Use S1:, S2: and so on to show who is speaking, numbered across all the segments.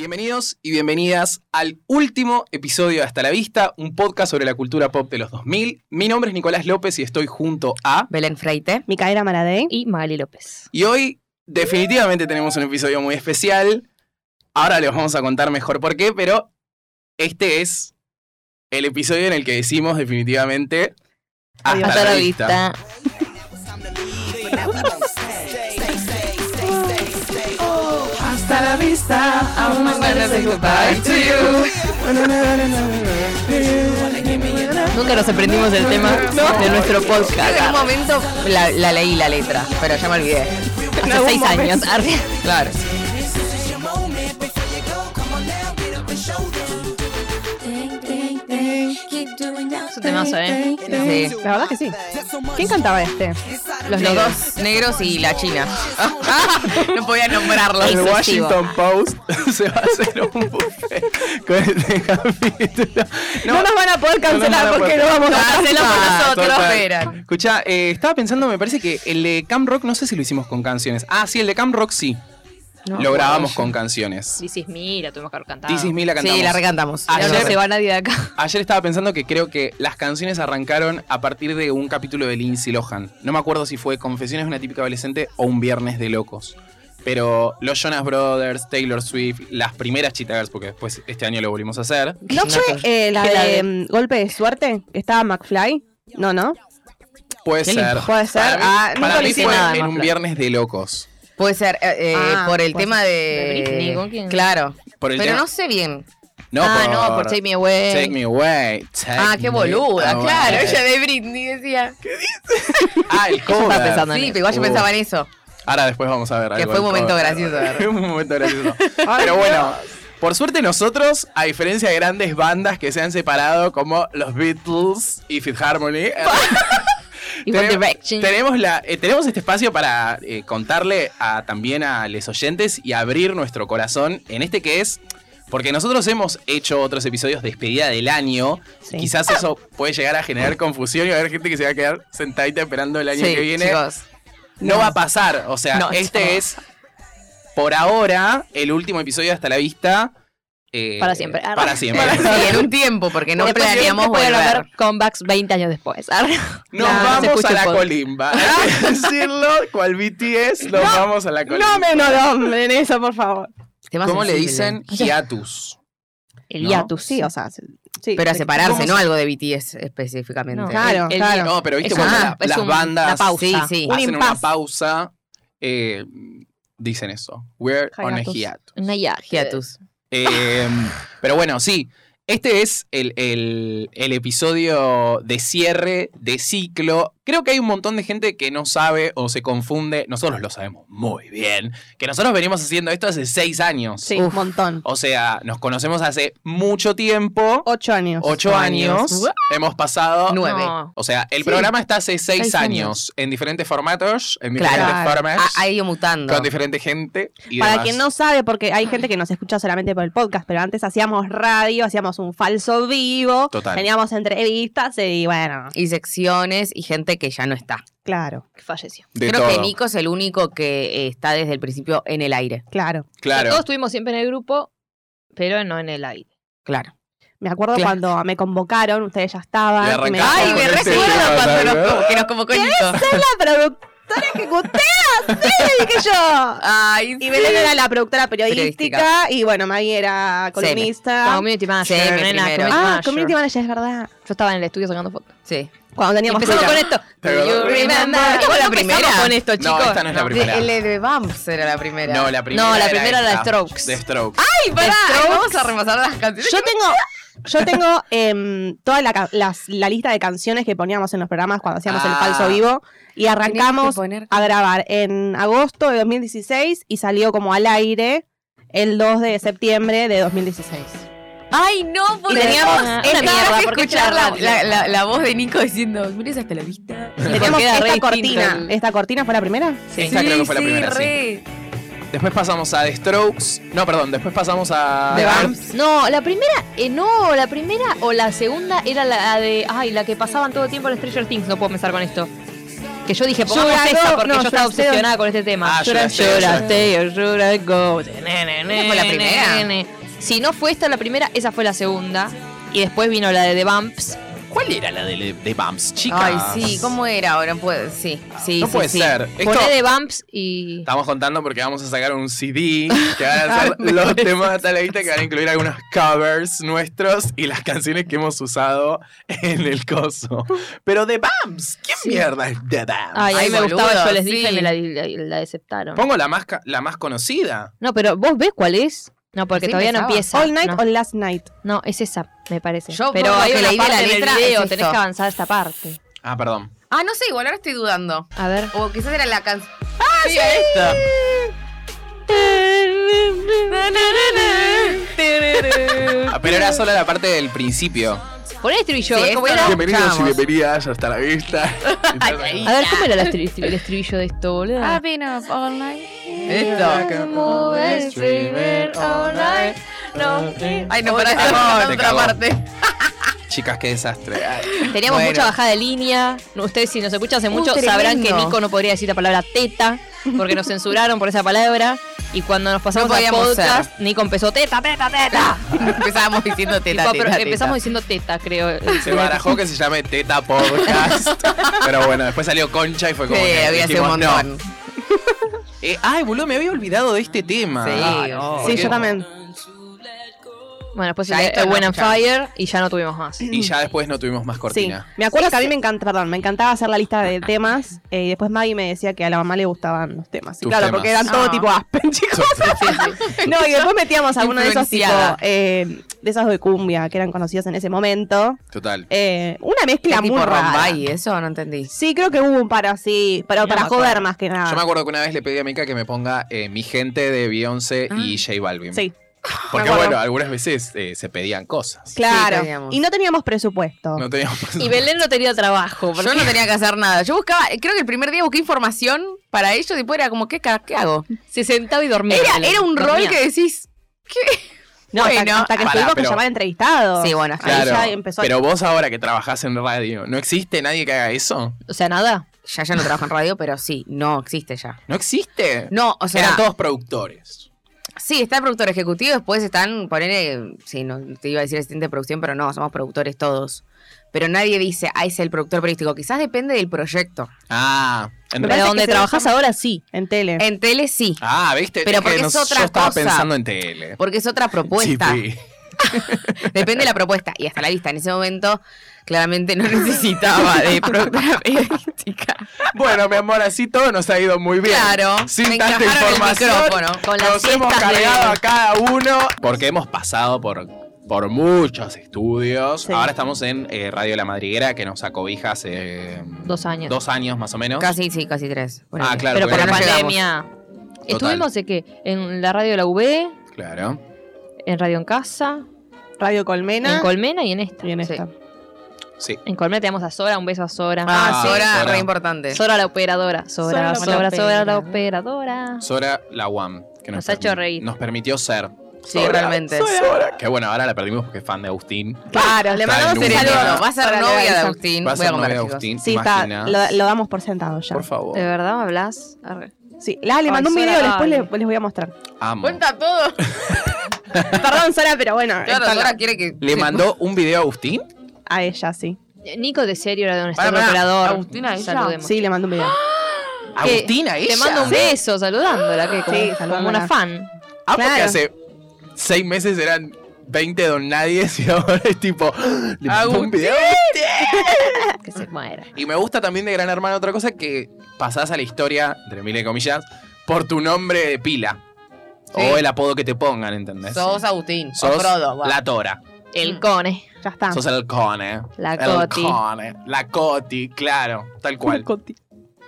S1: Bienvenidos y bienvenidas al último episodio de Hasta la Vista, un podcast sobre la cultura pop de los 2000. Mi nombre es Nicolás López y estoy junto a...
S2: Belén Freite
S3: Micaela Maradei.
S2: y Magali López.
S1: Y hoy definitivamente tenemos un episodio muy especial. Ahora les vamos a contar mejor por qué, pero este es el episodio en el que decimos definitivamente... Hasta,
S3: Adiós.
S1: la, vista.
S4: Hasta la vista, I want my friends to say goodbye to you.
S2: Nunca nos aprendimos el tema
S3: No.
S2: de nuestro podcast.
S3: En un momento
S2: La, la leí la letra, pero ya me olvidé.
S3: En
S2: Hace
S3: algún
S2: seis
S3: momento.
S2: años. Arre. Claro.
S5: Es
S2: un temazo, ¿eh? Sí.
S3: La verdad que sí. ¿Quién cantaba este?
S2: Los
S3: Los
S2: negros, negros y la china. no podía nombrarlos.
S1: El
S2: Exhaustivo.
S1: Washington Post se va a hacer un buffet con este capítulo.
S3: No, nos van a poder cancelar
S1: van a
S3: porque
S1: poder- Ah,
S3: no vamos a
S2: Hacelo por nosotros, verán.
S1: Escucha, eh, estaba pensando, me parece que el de Cam Rock, no sé si lo hicimos con canciones. Ah, sí, el de Cam Rock sí. lo grabamos con canciones.
S6: This is me, la tuvimos que haber cantado.
S1: This is me la cantamos. Ah,
S2: Sí, la recantamos.
S1: Ayer-
S2: Ya no se va.
S6: va nadie de acá.
S1: Ayer estaba pensando que creo que las canciones arrancaron a partir de un capítulo de Lindsay Lohan. No me acuerdo si fue Confesiones de una típica adolescente o Un Viernes de Locos. Pero los Jonas Brothers, Taylor Swift, las primeras Cheetah Girls, porque después este año lo volvimos a hacer.
S3: ¿No fue eh, la
S2: Que la
S3: de
S2: de-
S3: mm, Golpe de Suerte? que estaba McFly. No, no.
S1: Puede
S2: ¿Qué
S1: ser.
S2: lindo?
S3: Puede ser.
S1: Para mí,
S3: Ah,
S1: para
S3: nunca
S1: mí
S3: le hice
S1: fue
S2: nada,
S1: en
S2: más
S1: un
S2: claro.
S1: viernes de locos.
S2: Puede ser eh, eh,
S3: Ah,
S2: por el
S3: puede
S2: tema
S6: De
S2: de.
S6: Britney, ¿con quién?
S2: Claro.
S1: Por el
S2: Pero
S1: tema-
S2: no sé bien.
S1: No,
S6: ah, no, por Take Me Away.
S1: Take me away. take
S2: Ah, qué
S1: me
S2: boluda.
S1: away.
S2: Claro, ella de Britney decía.
S1: Ah, el
S2: Yo estaba
S1: cover.
S2: pensando en Sí, pero igual yo
S1: Uh.
S2: pensaba en eso.
S1: Ahora después vamos a ver.
S2: Que
S1: algo
S2: fue un
S1: del
S2: momento
S1: cover.
S2: gracioso, de verdad.
S1: Fue un momento gracioso. Pero bueno, por suerte nosotros, a diferencia de grandes bandas que se han separado como los Beatles y Fifth Harmony, eh,
S6: Y One
S1: tenemos-
S6: Direction.
S1: tenemos, la, eh, tenemos este espacio para eh, contarle a, también a los oyentes y abrir nuestro corazón en este que es... Porque nosotros hemos hecho otros episodios de despedida del año.
S3: Sí.
S1: Quizás eso puede llegar a generar confusión y va a haber gente que se va a quedar sentadita esperando el año
S2: sí,
S1: que viene
S2: chicos.
S1: no va a pasar. O sea,
S2: No,
S1: este
S2: no.
S1: es por ahora el último episodio de hasta la vista. eh,
S6: Para siempre. Ah,
S1: Para siempre.
S2: Eh, sí, en un tiempo, porque no
S6: Después
S2: planeamos
S6: siempre
S2: volver.
S6: pueden hacer comebacks 20 años después.
S1: Nos
S6: No, no se
S1: vamos
S6: escucha
S1: a
S6: el
S1: la
S6: pod. Ah.
S1: colimba. Hay que decirlo, cual BTS, nos vamos a la colimba.
S3: No me nombren eso, por favor.
S2: Tema
S1: ¿Cómo le
S2: sensible.
S1: dicen hiatus?
S6: El
S1: No.
S6: hiatus.
S3: Sí, o sea. Sí.
S2: Pero a separarse,
S1: ¿Cómo
S2: no
S1: se-
S2: algo de BTS específicamente.
S6: No.
S3: Claro,
S6: El- el-
S3: claro.
S1: No, pero viste
S6: Es
S1: cuando
S2: un-
S1: la-
S6: es
S1: las
S6: un-
S1: bandas
S6: una pausa.
S2: Sí, sí.
S3: Un
S1: hacen una
S3: impasse.
S1: pausa, eh, dicen eso. We're on a
S3: Hiatus.
S1: hiatus.
S6: Una hiatus.
S2: Hiatus.
S1: Eh, pero bueno, sí. Este es el, el- el episodio de cierre, de ciclo. Creo que hay un montón de gente que no sabe o se confunde. Nosotros lo sabemos muy bien. Que nosotros venimos haciendo esto hace seis años.
S3: Sí, un montón.
S1: O sea, nos conocemos hace mucho tiempo.
S3: Ocho años.
S1: Ocho años.
S2: años.
S1: Hemos pasado.
S2: Nueve.
S6: No.
S1: O sea, el
S6: Sí.
S1: programa está hace seis,
S6: Seis
S1: años.
S6: años.
S1: En diferentes formatos. En
S2: Claro. Ah,
S1: diferentes
S3: Claro.
S1: formas.
S2: Ha, ha ido mutando.
S1: Con diferente gente. Y
S3: Para
S1: demás.
S3: quien no sabe, porque hay gente que nos escucha solamente por el podcast, pero antes hacíamos radio, hacíamos un falso vivo,
S1: Total.
S3: teníamos entrevistas y bueno,
S2: Y secciones y gente que ya no está.
S3: claro,
S6: Que falleció.
S1: De
S2: Creo que
S1: todo.
S2: Nico es el único que eh, está desde el principio en el aire.
S3: claro.
S6: O sea,
S1: Claro.
S6: Todos estuvimos siempre en el grupo, pero no en el aire.
S2: Claro.
S3: Me acuerdo
S2: Claro.
S3: cuando me convocaron, ustedes ya estaban.
S1: Le
S3: y me
S1: arrancamos
S3: dijeron,
S1: con el
S3: "Ay,
S1: tema.
S2: cuando nos, que nos convocó Nico.
S3: la productora que gustea, sí, le dije yo.
S2: Ay,
S3: Y Belén era la productora periodística,
S2: Periodística.
S3: y bueno, Maggie era
S6: Como
S3: columnista.
S6: community
S2: Sí,
S6: manager,
S2: mi
S6: nena,
S2: primero.
S6: community
S3: ah,
S6: manager.
S3: community manager, es verdad.
S6: Yo estaba en el estudio sacando fotos.
S2: Sí.
S3: Cuando teníamos
S2: Empezamos con esto.
S1: ¿Te acordás?
S2: You remember. ¿Cómo
S6: ¿Cómo no
S2: la
S6: empezamos
S2: primera?
S6: con esto,
S1: Ah, No, chicos? esta no es la primera.
S2: De, el de Bumps era la primera.
S1: No, la primera.
S6: No, la
S1: era
S6: primera era
S1: esta,
S6: de Strokes.
S1: De Strokes.
S2: Ay, pará, vamos a repasar las canciones.
S3: Yo tengo, yo tengo em, toda la, ca- las- la lista de canciones que poníamos en los programas cuando hacíamos el
S2: Ah.
S3: falso vivo y arrancamos
S2: Tenés que poner-
S3: a grabar en agosto de 2016 y salió como al aire el 2 de septiembre de 2016.
S2: Ay, no,
S3: Y teníamos
S6: Una
S2: Esta
S6: mierda,
S2: que
S6: porque
S2: escuchar la, la,
S6: era radio.
S2: la- la voz de Nico diciendo, mires hasta la vista.
S3: Teníamos
S6: queda
S3: esta
S6: re distinto
S3: cortina.
S6: el-
S3: ¿Esta cortina fue la primera?
S1: Esta creo que fue la primera, sí.
S2: re.
S1: Después pasamos a The Strokes. No, perdón, después pasamos a.
S3: The
S1: a-
S3: Bumps.
S6: No, la primera, eh, no, la primera o la segunda era la de, ay, la que pasaban todo el tiempo en Stranger Things, no puedo pensar con esto. Que yo dije, pongamos
S3: Llora,
S6: esa
S3: no,
S6: porque
S3: no,
S6: yo estaba
S3: lloraste,
S6: obsesionada con este tema.
S1: Ah, lloraste, lloraste.
S6: yo llora, go. ¿Esa
S2: fue la primera?
S6: Si no fue esta la primera, esa fue la segunda. Y después vino la de The Bumps.
S1: ¿Cuál era la de, de Bumps, chicas?
S2: Ay, sí, ¿cómo era ahora? Puede, sí, sí.
S1: No
S2: sí,
S1: puede
S2: sí.
S1: ser. Esto
S6: Poné The Bumps y.
S1: estamos contando porque vamos a sacar un CD que van a ser los temas de Talavita que van a incluir algunos covers nuestros y las canciones que hemos usado en el coso. Pero de Bumps, ¿quién mierda es The Bumps?
S6: Ay, a mí
S2: Ay,
S6: me
S2: boludo,
S6: gustaba, yo les
S2: sí.
S6: dije y me la, la- la aceptaron.
S1: Pongo la más, ca- la más conocida.
S6: No, pero ¿vos ves cuál es? No, porque
S2: Sí,
S6: todavía no
S2: empezaba.
S6: empieza.
S3: All Night
S6: no.
S3: o Last Night.
S6: No, es esa, me parece.
S2: Yo
S6: pero
S2: por lo
S6: hay
S2: que
S6: una
S2: leí de la
S6: parte en el
S2: letra,
S6: video,
S2: es
S6: tenés
S2: esto.
S6: que avanzar esta parte.
S1: Ah, perdón.
S2: Ah, no sé, igual ahora estoy dudando.
S6: A ver.
S2: O quizás era la canción.
S1: Ah, sí, esta. Ah, pero era solo la parte del principio.
S6: Poné el estribillo,
S2: Sí,
S6: a ver cómo
S2: esto
S6: era.
S2: no. Vamos.
S1: bienvenidas hasta la vista.
S6: A ver, ¿cómo era la estri- el estribillo de esto, boludo?
S2: Ay, no, pará, estamos
S1: Ah, te
S2: en otra
S1: cagó.
S2: parte.
S1: Chicas, qué desastre.
S6: Teníamos
S1: Bueno.
S6: mucha bajada de línea. No, Ustedes, si nos escuchan hace mucho, sabrán que
S2: tremendo.
S6: Nico no podría decir la palabra teta, porque nos censuraron por esa palabra. Y cuando nos pasamos
S2: No
S6: a
S2: podíamos
S6: podcast, Nico empezó teta, teta, teta.
S2: Empezábamos diciendo
S6: Tipo,
S2: teta,
S6: pero
S2: teta, teta.
S6: empezamos diciendo teta, creo.
S1: Se barajó que se llame Teta Podcast. Pero bueno, después salió Concha y fue como.
S2: Sí,
S1: que
S2: había sido un
S1: dijimos, no.
S2: montón.
S1: Eh, ay, boludo, me había olvidado de este tema.
S2: Sí,
S1: Ay,
S2: oh.
S1: ¿por
S3: Sí,
S1: qué?
S3: yo también.
S6: Bueno, después
S2: Ya,
S6: el de-
S2: esto
S6: el
S2: no,
S6: When and
S2: ya.
S6: Fire y ya no tuvimos más.
S1: Y ya después no tuvimos más cortina.
S3: Sí. Me acuerdo que a mí me encanta, perdón, me encantaba hacer la lista de temas eh, y después Maggie me decía que a la mamá le gustaban los temas. Y
S1: Tus
S3: claro,
S1: temas.
S3: porque eran todo
S2: Ah.
S3: tipo Aspen, chicos. No, y después metíamos algunos de esos tipo
S2: Influenciada.
S3: eh, de esos de cumbia que eran conocidos en ese momento.
S1: Total.
S3: Eh, una mezcla
S2: ¿Qué
S3: muy
S2: tipo
S3: rara.
S2: Rombay, eso no entendí.
S3: Sí, creo que hubo un par así, pero
S2: No
S3: para
S2: me
S3: joder
S2: acuerdo.
S3: más que
S1: Yo me
S3: nada.
S1: acuerdo que una vez le pedí a Mika que me ponga eh, mi gente de Beyoncé y J Balvin.
S3: Sí,
S1: Porque
S3: me acuerdo.
S1: bueno, algunas veces eh, se pedían cosas.
S3: claro.
S2: teníamos.
S3: y no teníamos presupuesto.
S1: No teníamos.
S6: Y Belén no tenía trabajo.
S2: Yo no tenía que hacer nada. Yo buscaba, creo que el primer día busqué información para ello y después era como, ¿qué, ca- qué hago?
S6: Se sentaba y dormía.
S2: Era,
S6: Belén,
S2: era un rol
S6: dormía.
S2: que decís.
S3: No, hasta-
S2: Bueno,
S3: hasta, que
S1: pará,
S3: tuvimos
S1: pero-
S3: que llamar entrevistados.
S2: Sí, bueno,
S3: Ahí
S1: Claro.
S3: ya empezó a-
S1: Pero vos ahora que trabajás en radio, ¿no existe nadie que haga eso?
S6: O sea, nada.
S2: Ya, ya no trabajo en radio, pero sí, no existe ya.
S1: ¿No existe?
S2: No, o sea,
S1: Eran todos productores.
S2: sí, está el productor ejecutivo, después están, ponele, sí, no te iba a decir asistente de producción, pero no, somos productores todos. Pero nadie dice, ah, es el productor periodístico. Quizás depende del proyecto.
S1: Ah, en realidad-
S3: Me parece
S6: Pero donde
S3: que se
S6: trabajas
S3: llama-
S6: ahora sí.
S3: En tele.
S2: En tele sí,
S1: Ah, viste.
S2: Pero porque
S1: que
S2: es otra
S1: Yo estaba
S2: cosa.
S1: pensando en tele.
S2: porque es otra propuesta.
S1: Sí, sí.
S2: Depende de la propuesta. Y hasta la vista, en ese momento, claramente no necesitaba de productora periodística.
S1: Bueno, mi amor, así todo nos ha ido muy bien.
S2: Claro,
S1: Sin
S2: me
S1: tanta
S2: encajaron el
S1: información,
S2: micrófono,
S6: con las
S1: nos hemos
S6: fiestas de-
S1: cargado a cada uno. Porque hemos pasado por, por muchos estudios.
S3: Sí.
S1: Ahora estamos en eh, Radio La Madriguera, que nos acobija hace... mm,
S6: Dos años.
S1: Dos años, más o menos.
S2: Casi, sí, casi tres. Ponele.
S1: Ah, claro,
S6: pero por
S1: porque
S6: la
S1: no llegamos.
S6: pandemia. Estuvimos en qué? En la radio de la UB,
S1: Claro.
S6: en Radio en Casa,
S3: Radio Colmena.
S6: en Colmena y en esta.
S3: y en
S6: Sí.
S3: esta.
S1: Sí.
S6: En Colmena tenemos a Sora, un beso a Sora.
S1: Ah,
S2: Ah, Sora,
S1: Sora.
S2: re importante.
S6: Sora la operadora. Sora,
S3: Sora la
S6: Sora, Sora la
S2: operadora.
S6: operadora.
S1: Sora la UAM. Que
S6: Nos ha hecho
S1: permi-
S6: reír.
S1: Nos permitió ser.
S2: Sí, realmente.
S1: Sora. Que bueno, ahora la perdimos porque es fan de Agustín.
S3: Claro,
S1: Está en un-
S2: Sereno,
S1: Sora.
S2: va a ser
S3: Sora,
S2: novia de
S3: Lorenzo.
S2: Agustín.
S1: Va a
S2: Voy a
S1: ser novia
S2: comer,
S1: de
S2: chicos.
S1: Agustín.
S3: Sí, está,
S1: imaginas?
S3: lo, lo damos por sentado ya.
S1: Por favor.
S6: ¿De verdad me hablas? Arre.
S3: Sí, la, le
S6: Ay,
S3: mandó un
S6: Sora,
S3: video, después
S6: dale.
S3: le- les voy a mostrar.
S1: Amo.
S2: Cuenta todo.
S3: Perdón, Sora, pero bueno,
S2: Claro,
S3: está
S2: Sora
S3: la-
S2: quiere que.
S1: ¿Le mandó un video a Agustín?
S3: a ella, sí.
S6: Nico de serio era de un
S2: Pará,
S6: estado
S2: pará.
S6: operador.
S2: Agustina, ella.
S6: Saludemos.
S3: Sí, le mandó un video.
S1: ¿Agustín a ella?
S6: Te mando un beso saludándola, que como,
S3: Sí,
S6: como
S3: saludándola.
S6: una fan.
S1: Ah, porque
S3: Claro.
S1: hace seis meses eran 20 don nadie y ahora es tipo. Le mandó un video.
S6: Que se muera.
S1: Y me gusta también de Gran Hermano otra cosa que pasás a la historia, entre miles de comillas, por tu nombre de pila. O el apodo que te pongan, ¿entendés?
S2: Sos Agustín.
S1: Sos
S2: Sos Frodo. va.
S1: la Tora. Mm.
S6: El cone.
S3: Ya está.
S1: Sos el Cone.
S6: Ah. La
S1: el
S6: Coti.
S1: Cone. La Coti, claro. Tal cual.
S3: Coti.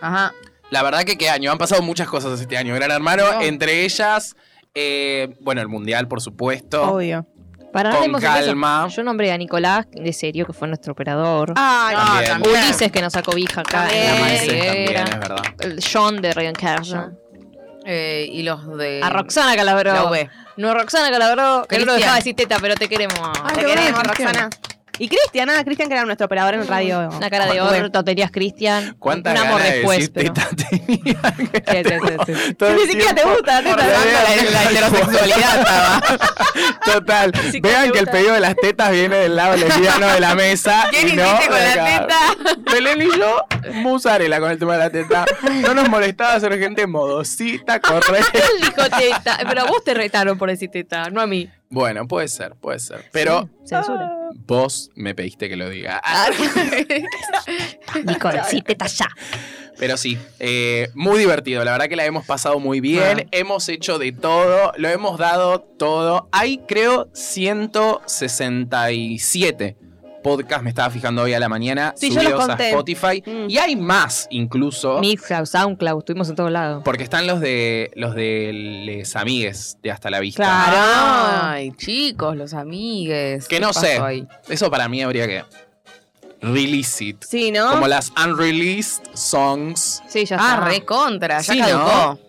S2: Ajá.
S1: La verdad que qué año, han pasado muchas cosas este año, Gran Hermano,
S2: No.
S1: entre ellas, eh, bueno, el Mundial, por supuesto.
S6: Oh,
S3: Obvio.
S6: Para no
S1: Con
S6: demos el beso.
S1: calma.
S6: Yo nombré a Nicolás de serio, que fue nuestro operador.
S3: Ay,
S1: Ah, También.
S6: Ulises que nos acobija acá en la
S3: También.
S1: Ulises
S6: madriguera.
S1: también, es verdad.
S6: El John de Ryan Carson.
S2: Eh, y los de.
S6: A Roxana Calabró.
S2: La V.
S6: No, Roxana Calabró. Que no lo
S2: Cristian.
S6: dejaba decir teta, pero Ah, te queremos.
S2: Te queremos, Roxana.
S3: Y Y Cristian, nada, Cristian que era nuestro operador en radio.
S6: Una cara de
S3: Bueno,
S6: orto, tenías Cristian.
S1: ¿Cuántas
S6: Un amor
S1: ganas de decir
S6: después, pero.
S1: teta tenía?
S6: Sí, sí, sí, sí.
S1: Todo el
S3: Ni siquiera te
S1: tiempo.
S3: gusta la teta.
S1: Por
S3: ¿no?
S1: Dios,
S2: la
S1: tal
S2: heterosexualidad
S1: cual. Total.
S6: que
S1: Vean
S6: te
S1: que el
S6: gusta.
S1: pedido de las tetas viene del lado lesbiano de la mesa.
S2: ¿Qué
S1: y no
S2: hiciste con
S1: de acá.
S2: la teta?
S1: Belén y yo, musarela con el tema de la teta. No nos molestaba ser gente modosita, correcta.
S6: Él dijo teta. Pero a vos te retaron por decir teta, no a mí.
S1: Bueno, puede ser, puede ser. Pero
S6: Censura.
S1: vos me pediste que lo diga.
S2: Ah,
S1: Ah,
S6: Nicole, sí, teta ya.
S1: Pero sí, eh, muy divertido. La verdad que la hemos pasado muy
S3: Ah.
S1: bien. Hemos hecho de todo. Lo hemos dado todo. Hay, creo, 167 podcasts, me estaba fijando hoy a la mañana,
S3: Sí, yo los
S1: subidos a
S3: conté.
S1: Spotify.
S3: Mm.
S1: Y hay más incluso.
S6: Mixcloud, Soundcloud, estuvimos en todos lados.
S1: Porque están los de los de les amigues de hasta la vista.
S3: Claro.
S2: Ay, chicos, los amigues.
S1: Que
S2: ¿Qué
S1: no sé.
S2: pasó ahí?
S1: Eso para mí habría que release it.
S3: Sí, ¿no?
S1: Como las unreleased songs.
S6: Sí, ya está.
S2: Ah, recontra, ya
S1: Sí, ¿no?
S2: caducó.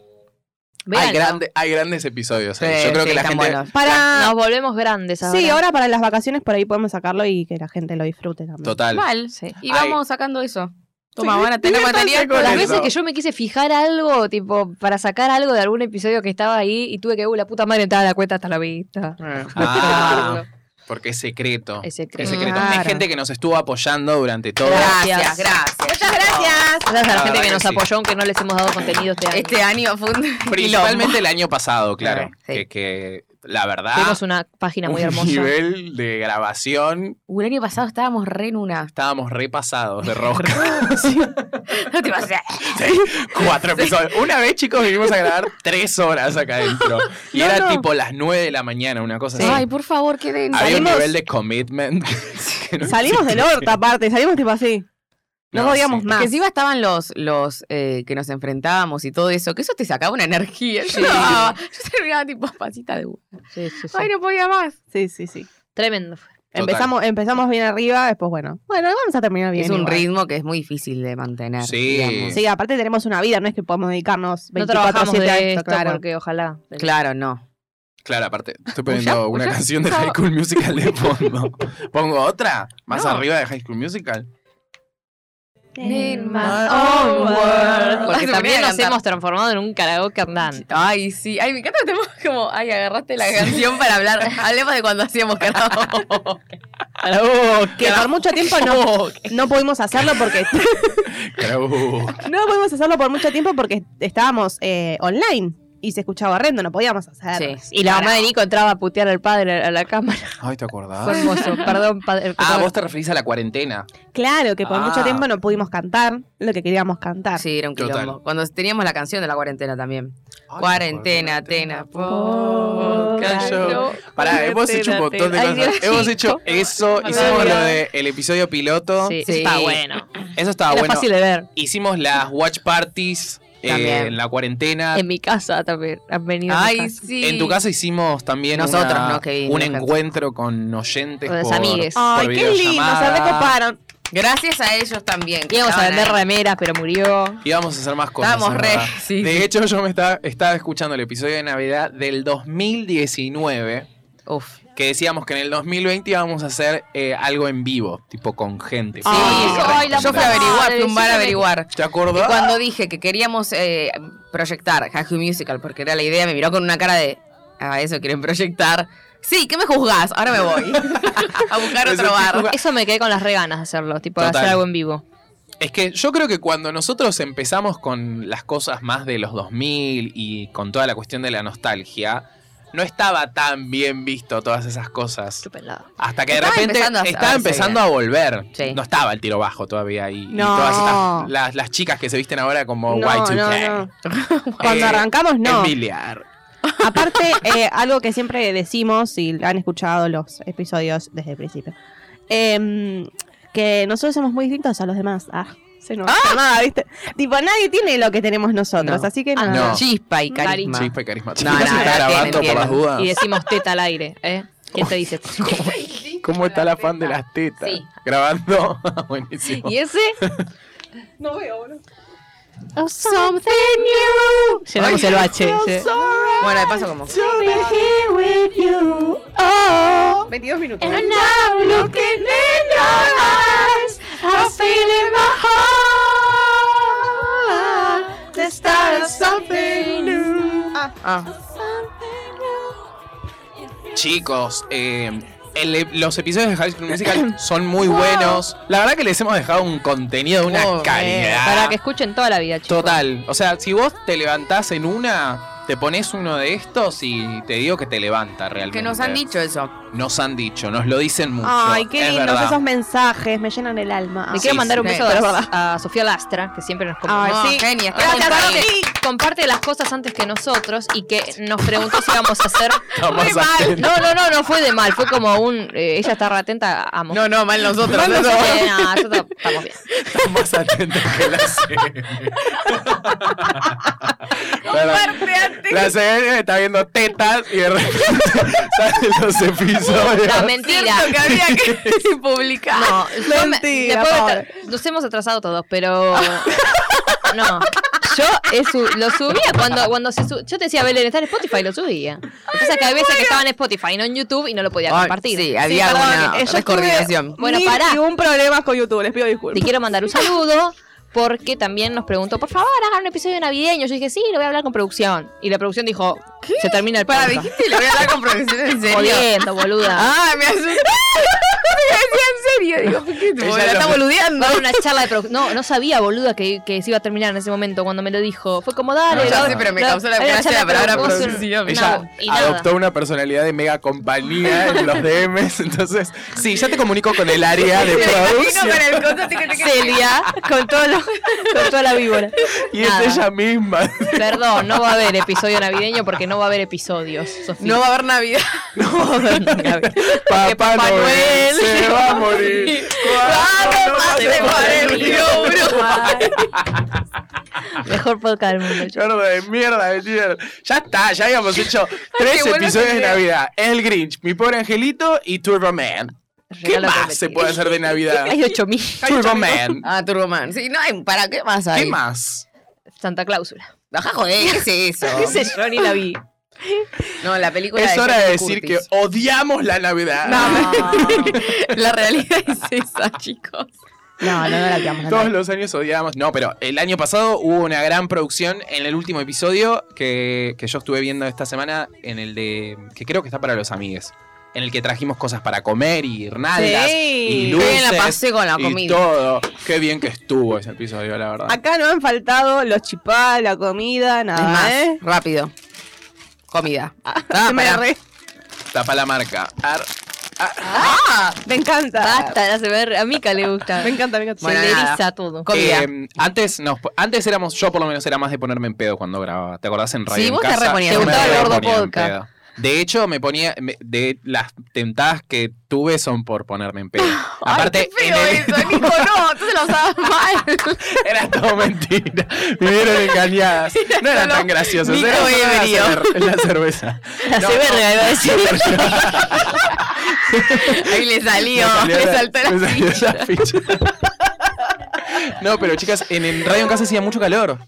S1: Hay,
S2: Véanlo.
S1: grande- hay grandes episodios. ahí.
S2: Sí,
S1: Yo creo
S2: sí,
S1: que la
S2: están
S1: gente
S2: buenos.
S3: Para.
S6: Nos volvemos grandes ahora.
S3: Sí, ahora para las vacaciones por ahí podemos sacarlo y que la gente lo disfrute también.
S1: Total.
S2: Mal.
S1: Ay.
S2: Y vamos sacando eso. Toma,
S1: Sí,
S2: van a tener
S1: diviértanse
S2: material.
S1: con eso.
S6: Las veces que yo me quise fijar algo, tipo, para sacar algo de algún episodio que estaba ahí y tuve que, uh, la puta madre estaba la cuenta hasta la vista.
S1: Ah, porque es secreto.
S6: Es secreto.
S1: Es secreto.
S3: Claro.
S1: Hay gente que nos estuvo apoyando durante todo.
S2: Gracias, gracias.
S3: Muchas gracias.
S6: Gracias a
S1: La
S6: la gente
S1: verdad
S6: que
S1: que
S6: nos
S1: sí.
S6: apoyó, aunque no les hemos dado contenido este año.
S2: Este año fue un
S1: Principalmente el año pasado, claro.
S2: Sí.
S1: Que, que la verdad.
S6: Tuvimos una página muy
S1: un
S6: hermosa.
S1: nivel de grabación.
S2: quilombo. Uh, El año pasado estábamos re en una.
S1: Estábamos repasados de rosca.
S2: No te vas a-
S1: Cuatro episodios. Una vez, chicos, vinimos a grabar tres horas acá adentro. Y
S3: No,
S1: era
S3: no.
S1: tipo las nueve de la mañana, una cosa
S2: Ay,
S1: así.
S2: por favor, qué denso.
S1: Había un
S3: salimos-
S1: nivel de commitment. que no
S3: Salimos del orto aparte, salimos tipo así. No, podíamos
S1: sí.
S3: más.
S2: Que encima estaban los, los eh, que nos enfrentábamos y todo eso, que eso te sacaba una energía. Yo, no, yo terminaba tipo pasita de uva.
S6: Sí, sí, sí.
S2: Ay, no podía más.
S3: Sí, sí, sí.
S6: Tremendo. fue.
S1: Total.
S3: Empezamos, empezamos bien arriba, después bueno. Bueno, vamos a terminar bien.
S2: es un
S3: igual.
S2: ritmo que es muy difícil de mantener.
S1: Sí.
S2: digamos.
S3: Sí, aparte tenemos una vida, no es que podamos dedicarnos
S6: No
S3: 24
S6: trabajamos
S3: a
S6: de
S3: esto,
S6: esto
S3: claro.
S6: porque ojalá.
S2: Claro, no.
S1: Claro, aparte, estoy poniendo una
S2: ya-
S1: canción de High School Musical de fondo. ¿Pongo otra? ¿Más arriba de High School Musical?
S6: In my
S2: own
S6: world.
S2: Ay,
S6: Porque
S2: se me
S6: también
S2: olvidó
S6: nos
S2: cantar.
S6: hemos transformado en un karaoke andante.
S2: Ay, sí. Ay, me encanta que tenemos como. Ay, agarraste la canción para hablar. Hablemos de cuando hacíamos karaoke.
S3: Que por mucho tiempo no, no pudimos hacerlo porque
S1: Creo-
S3: no pudimos hacerlo por mucho tiempo porque estábamos eh, online y se escuchaba horrendo, no podíamos hacer.
S2: Sí.
S6: Y la mamá de Nico entraba a putear al padre a la cámara.
S1: Ay, ¿te
S6: Fue
S1: acordás?
S6: hermoso. Perdón, padre.
S1: Ah, vos te referís a la cuarentena.
S3: Claro, que por
S1: Ah.
S3: mucho tiempo no pudimos cantar lo que queríamos cantar.
S2: Sí, era un
S1: Total.
S2: quilombo. Cuando teníamos la canción de la cuarentena también.
S1: Ay,
S2: cuarentena, tena,
S1: Podcast
S2: podcast.
S1: show. Pará, hemos hecho un montón de
S6: Ay,
S1: cosas.
S6: Dios,
S1: hemos
S6: chico.
S1: hecho eso,
S6: Ay,
S1: hicimos
S6: Dios.
S1: lo del episodio piloto.
S6: Sí,
S2: Sí.
S6: está bueno.
S1: Eso estaba
S6: Era
S1: Ah, bueno.
S6: fácil de ver.
S1: Hicimos las watch parties eh,
S2: También.
S1: en la cuarentena.
S6: En mi casa también han venido. a mi
S2: Ay,
S6: casa.
S2: sí.
S1: En tu casa hicimos también
S2: Nosotros,
S1: una-
S2: ¿no? Que
S1: un
S2: nunca-
S1: encuentro con oyentes
S6: Con los
S1: por,
S6: amigues.
S1: por
S3: Ay, qué lindo, se
S1: videollamada.
S3: recoparon.
S2: Gracias a ellos también. que
S6: Íbamos a
S2: estaban
S6: vender
S2: ahí.
S6: remeras, pero murió.
S1: Íbamos a hacer más cosas.
S2: Estábamos
S1: es
S2: re-
S1: verdad.
S2: sí,
S1: de
S2: sí.
S1: hecho, yo me estaba, estaba escuchando el episodio de Navidad del 2019,
S2: Uf.
S1: que decíamos que en el 2020 íbamos a hacer eh, algo en vivo, tipo con gente.
S2: Sí,
S3: Ay,
S2: yo,
S6: ay, la
S2: yo fui a
S6: puta
S2: averiguar,
S6: madre,
S2: fui a un bar a
S6: siempre me-
S2: averiguar.
S1: ¿Te acordás?
S2: Y cuando dije que queríamos eh, proyectar High School Musical, porque era la idea, me miró con una cara de, ah, eso quieren proyectar. Sí, ¿qué me juzgás? Ahora me voy. a buscar
S1: Eso
S2: otro
S1: te
S2: bar.
S1: juzga-
S6: Eso me quedé con las reganas de hacerlo, tipo de
S1: Total.
S6: hacer algo en vivo.
S1: Es que yo creo que cuando nosotros empezamos con las cosas más de los 2000 y con toda la cuestión de la nostalgia, no estaba tan bien visto todas esas cosas.
S6: Chupelado.
S1: Hasta que de
S2: Estaba
S1: repente
S2: empezando a-
S1: estaba
S2: a verse
S1: empezando a volver.
S2: Sí.
S1: No estaba el tiro bajo todavía. Y, y
S3: No.
S1: todas estas- las, las chicas que se visten ahora como
S3: No,
S1: Y2K.
S3: no,
S1: Eh,
S3: no. Cuando arrancamos, no.
S1: Emiliar.
S3: Aparte, eh, algo que siempre decimos, si han escuchado los episodios desde el principio, em, que nosotros somos muy distintos a los demás. Ah, se nos nada, ¿viste? Tipo, nadie tiene lo que tenemos nosotros,
S2: No.
S3: así que
S6: Ah,
S3: no.
S1: No.
S2: Chispa y carisma.
S1: Chispa y carisma.
S2: No,
S1: Chicas,
S2: no,
S1: ¿se está
S2: la
S1: grabando
S2: tienen,
S1: por las
S2: tienen.
S1: dudas?
S6: Y decimos teta al aire, ¿eh? ¿Quién te dice?
S1: ¿Cómo está la fan de las tetas?
S2: Sí.
S1: Grabando. Buenísimo.
S6: ¿Y ese? Oh,
S3: No veo, boludo.
S6: Llenamos
S3: Ah.
S6: el bache. sí.
S2: Bueno, de paso como...
S3: Over here with you. Oh. 22 minutos.
S6: I'm looking in your eyes. I feel in my heart. The start of something new.
S2: Ah,
S1: Chicos, eh, el- los episodios de High School Musical son muy buenos. La verdad que les hemos dejado un contenido de una
S2: Oh, eh,
S1: calidad.
S6: Para que escuchen toda la vida, chicos.
S1: Total. O sea, si vos te levantás en una, te pones uno de estos y te digo que te levanta realmente.
S2: que nos han dicho eso.
S1: Nos han dicho, nos lo dicen mucho.
S3: Ay, qué
S1: Ah. es
S3: lindos
S1: verdad.
S3: esos mensajes, me llenan el alma.
S6: Le quiero
S1: Sí,
S6: mandar un
S2: sí,
S6: beso
S2: pero es verdad.
S6: a, a Sofía Lastra, que siempre nos
S3: Ay,
S6: comparte,
S2: No,
S3: sí.
S2: genia, está
S3: Gracias,
S2: muy
S3: Sofi.
S2: bien.
S6: comparte las cosas antes que nosotros y que nos preguntó si íbamos a hacer.
S1: Estamos
S2: Muy mal.
S1: atentos.
S6: No, no, no, no fue de mal, fue como un. eh, ella está re atenta a mostrar.
S2: No, no, mal nosotros.
S1: Mal
S2: no, no.
S1: nosotros.
S6: Eh, no, nosotros estamos bien.
S1: Están más atentos que la CN. La CN está viendo tetas y de repente salen los episodios.
S6: No, mentira.
S2: Cierto que había que publicar.
S6: No, yo me-
S3: Mentira,
S6: después
S3: pobre.
S6: tra- nos hemos atrasado todos, pero no. Yo he su- lo subía cuando, cuando se su- Yo te decía, Belén, está en Spotify, lo subía. Entonces que hay veces que estaba en Spotify, no en YouTube, y no lo podía
S2: Ay,
S6: compartir.
S2: sí, había
S3: perdón,
S2: una
S3: eh, yo
S2: descoordinación.
S6: Bueno,
S3: Bueno,
S6: pará.
S3: para. un problema con YouTube, les pido
S6: Te
S3: disculpas.
S6: quiero mandar un saludo. Porque también nos preguntó, por favor, hagan un episodio navideño. Yo dije, sí, lo voy a hablar con producción. Y la producción dijo, se termina el
S2: Para,
S6: podcast.
S2: dijiste, le voy a dar con profesión en serio.
S6: Jodiendo, boluda.
S2: Ah, me asusté. Me decía en serio. Digo, ¿por qué?
S1: Ella
S2: la
S1: lo-
S2: está boludeando.
S6: Va a haber una charla de produ- No, no sabía, boluda, que, que se iba a terminar en ese momento cuando me lo dijo. Fue como, dale.
S1: No, ya
S6: va-
S1: sé,
S2: pero me
S6: va-
S2: causó la
S6: va a haber una
S2: gracia
S6: charla
S2: la palabra
S6: de producción.
S2: producción.
S1: Ella
S6: No, y nada.
S1: adoptó una personalidad de mega compañía en los DMs. Entonces, sí, ya te comunico con el área de
S2: Me imagino
S1: producción.
S2: con el coso, tic, tic, tic.
S6: Celia, Ah, con, todo lo- con toda la víbora.
S1: Y es
S6: Nada.
S1: ella misma.
S6: Perdón, no va a haber episodio navideño porque no va a haber episodios, Sofía.
S2: No va a haber Navidad. No va a haber Navidad.
S1: Papá Noel se va a morir. Cuando no
S2: pase
S1: pase
S2: por el río
S6: Mejor podcast del mundo. chicos.
S1: Gordo de mierda, de mierda. Ya está, ya habíamos hecho tres
S2: buena
S1: episodios de
S2: idea.
S1: Navidad. El Grinch, mi pobre angelito y Turbo Man. ¿Qué
S6: Regalo
S1: más
S6: prometido.
S1: se puede hacer de Navidad?
S6: Hay 8000.
S1: Turbo Man.
S2: Ah, Turboman. Sí, no hay. ¿Para qué más hay?
S1: Em, ¿Qué más?
S6: Santa Cláusula.
S2: Ajá, joder, ¿qué es eso?
S6: ¿Qué sé yo? Ni la vi.
S2: No, la película
S1: Es
S2: de
S1: hora de
S2: Jamie
S1: decir que
S2: Curtis. Ah.
S1: odiamos la Navidad.
S2: La realidad es esa, chicos.
S3: No, no, no la pillamos.
S1: Todos los años odiamos. No, pero el año pasado hubo una gran producción en el último episodio que, que yo estuve viendo esta semana, en el de. que creo que está para los amigues. En el que trajimos cosas para comer y guirnaldas
S3: Sí.
S1: y
S3: Qué
S1: luces.
S2: bien la pasé con la
S1: y
S2: comida.
S1: todo. Qué bien que estuvo ese episodio, la verdad.
S3: Acá no han faltado los chipá, la comida,
S2: Es
S3: nada,
S2: más,
S3: ¿eh?
S2: rápido. Comida.
S3: Se me,
S2: pará.
S3: re-
S1: Tapa la marca. Ar-
S3: me encanta.
S6: Basta, la se ve. A Mica le gusta.
S3: Me encanta, me encanta.
S6: Se
S2: Bueno,
S6: le
S2: nada.
S6: eriza todo.
S2: Comida.
S1: Eh, antes, nos, antes éramos, yo por lo menos era más de ponerme en pedo cuando grababa. ¿Te acordás en radio?
S2: Sí,
S1: en
S2: vos te
S1: casa?
S2: reponías.
S1: Yo
S6: Te
S1: me
S6: gustaba el gordo
S1: reponía en
S6: podcast.
S1: pedo. De hecho, me ponía. me- de las tentadas que tuve son por ponerme en pedo. Aparte,
S2: Feo
S1: en el-
S2: eso, Nico, no, tú se lo sabes mal.
S1: era todo mentira. Me vieron engañadas. No eran tan graciosos.
S2: Nico
S1: Era solo la,
S2: ebrio.
S1: cer- la cerveza.
S2: La
S1: No,
S2: verga, iba a decir. Ahí le
S1: me
S2: salió,
S1: salió
S2: le
S1: la-
S2: saltó la
S1: me salió
S2: ficha.
S1: la ficha. No, pero chicas, en, en radio en casa hacía mucho calor.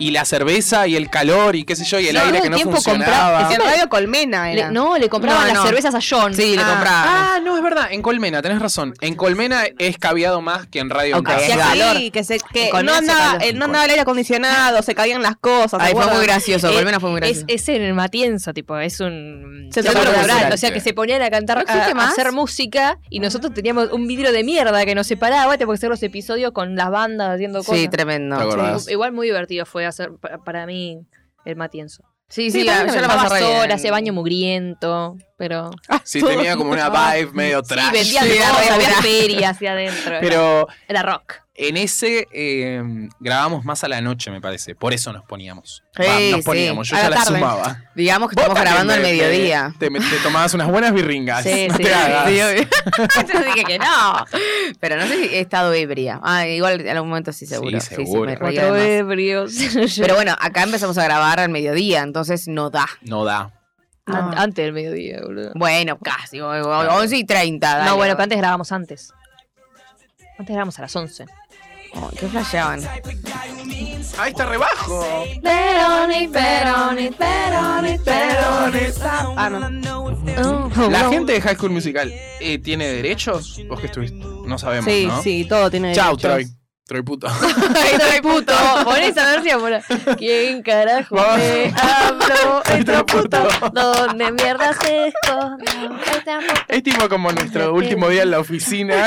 S1: Y la cerveza y el calor y qué sé yo, y el
S6: Sí,
S1: aire
S6: todo
S1: que
S6: el
S1: no
S6: tiempo
S1: funcionaba.
S6: compraba-
S3: En Radio Colmena
S6: Le-
S3: era.
S6: no, le compraban
S2: No,
S6: las
S2: no.
S6: cervezas a John.
S2: Sí, le
S3: Ah,
S2: compraba.
S1: Ah, no, es verdad. En Colmena, tenés razón. En Colmena es caviado más que en radio. en
S2: Ok,
S1: casa.
S2: hacía
S3: Hacía
S2: calor.
S3: sí, que, se, que no,
S6: Colmena hace
S3: andaba,
S6: calor.
S3: eh, no andaba el aire acondicionado, se caían las cosas.
S2: Ay,
S3: ¿se
S2: fue
S3: acuerdan?
S2: muy gracioso,
S6: Eh,
S2: Colmena fue muy
S6: Es,
S2: gracioso.
S6: es en el Matienzo, tipo, es un
S3: Se
S6: teatro
S3: puede
S6: rural,
S1: hacer.
S6: o sea que se ponían a cantar,
S2: ¿No existe
S6: a, a
S2: más?
S6: hacer música y nosotros teníamos un vidrio de mierda que nos separaba, teníamos que hacer los episodios con las bandas haciendo cosas.
S2: Sí, tremendo.
S1: ¿Te acordás?
S6: I- Igual muy divertido fue hacer pa- para, mí el Matienzo.
S2: Sí, sí,
S3: Sí,
S2: la-
S3: también
S2: yo la
S6: Estaba
S2: pasé re bien. Ah,
S6: sola, hacía baño mugriento, pero
S1: Sí, tenía como una vibe medio
S6: sí,
S1: trash.
S6: vendía
S2: sí, era
S6: cosas,
S2: re
S6: había
S2: buena.
S6: feria hacia adentro. era-
S1: Pero
S6: era rock.
S1: en ese eh, grabamos más a la noche, me parece. Por eso nos poníamos.
S2: Sí,
S1: Va, nos
S2: sí.
S1: poníamos, yo
S3: A
S1: ya
S3: la
S1: la
S3: tarde.
S1: sumaba.
S2: Digamos que
S1: Vos
S2: estamos
S1: también
S2: grabando al
S1: me- te-
S2: mediodía.
S1: Te, me- te tomabas unas buenas birringas.
S6: Sí,
S1: no
S6: sí,
S1: te
S6: sí,
S1: hagas.
S2: Sí, obvio. Yo dije que no. Pero no sé si he estado ebria. Ah, igual en algún momento sí, seguro. Sí, sí,
S1: seguro.
S2: me reía
S6: Cuatro
S2: de más.
S6: ebrios.
S2: Pero bueno, acá empezamos a grabar al mediodía, entonces no da.
S1: No da.
S6: An-
S3: No.
S6: Antes del mediodía, boludo.
S2: Bueno, casi, o- o- 11 y 30. dale.
S6: No, bueno, pero antes grabamos antes. Antes grabamos a las 11.
S2: Ay, ¿Qué flasheaban?
S1: Ahí está rebajo.
S6: Peroni, peroni, peroni,
S3: Ah, no.
S1: ¿La gente de High School Musical eh, tiene derechos? ¿Vos que estuviste? No sabemos,
S3: Sí,
S1: ¿no?
S3: sí, todo tiene
S1: Chau, Troy.
S3: derechos.
S1: Troy puto.
S6: Ay, puto. Ponés a ver si amor. ¿Quién carajo
S1: Vamos.
S6: me habló?
S1: Entra
S6: Entra
S1: puto.
S6: puto. ¿Dónde mierda se esconde? Entra puto.
S1: Es tipo como nuestro último día en la oficina,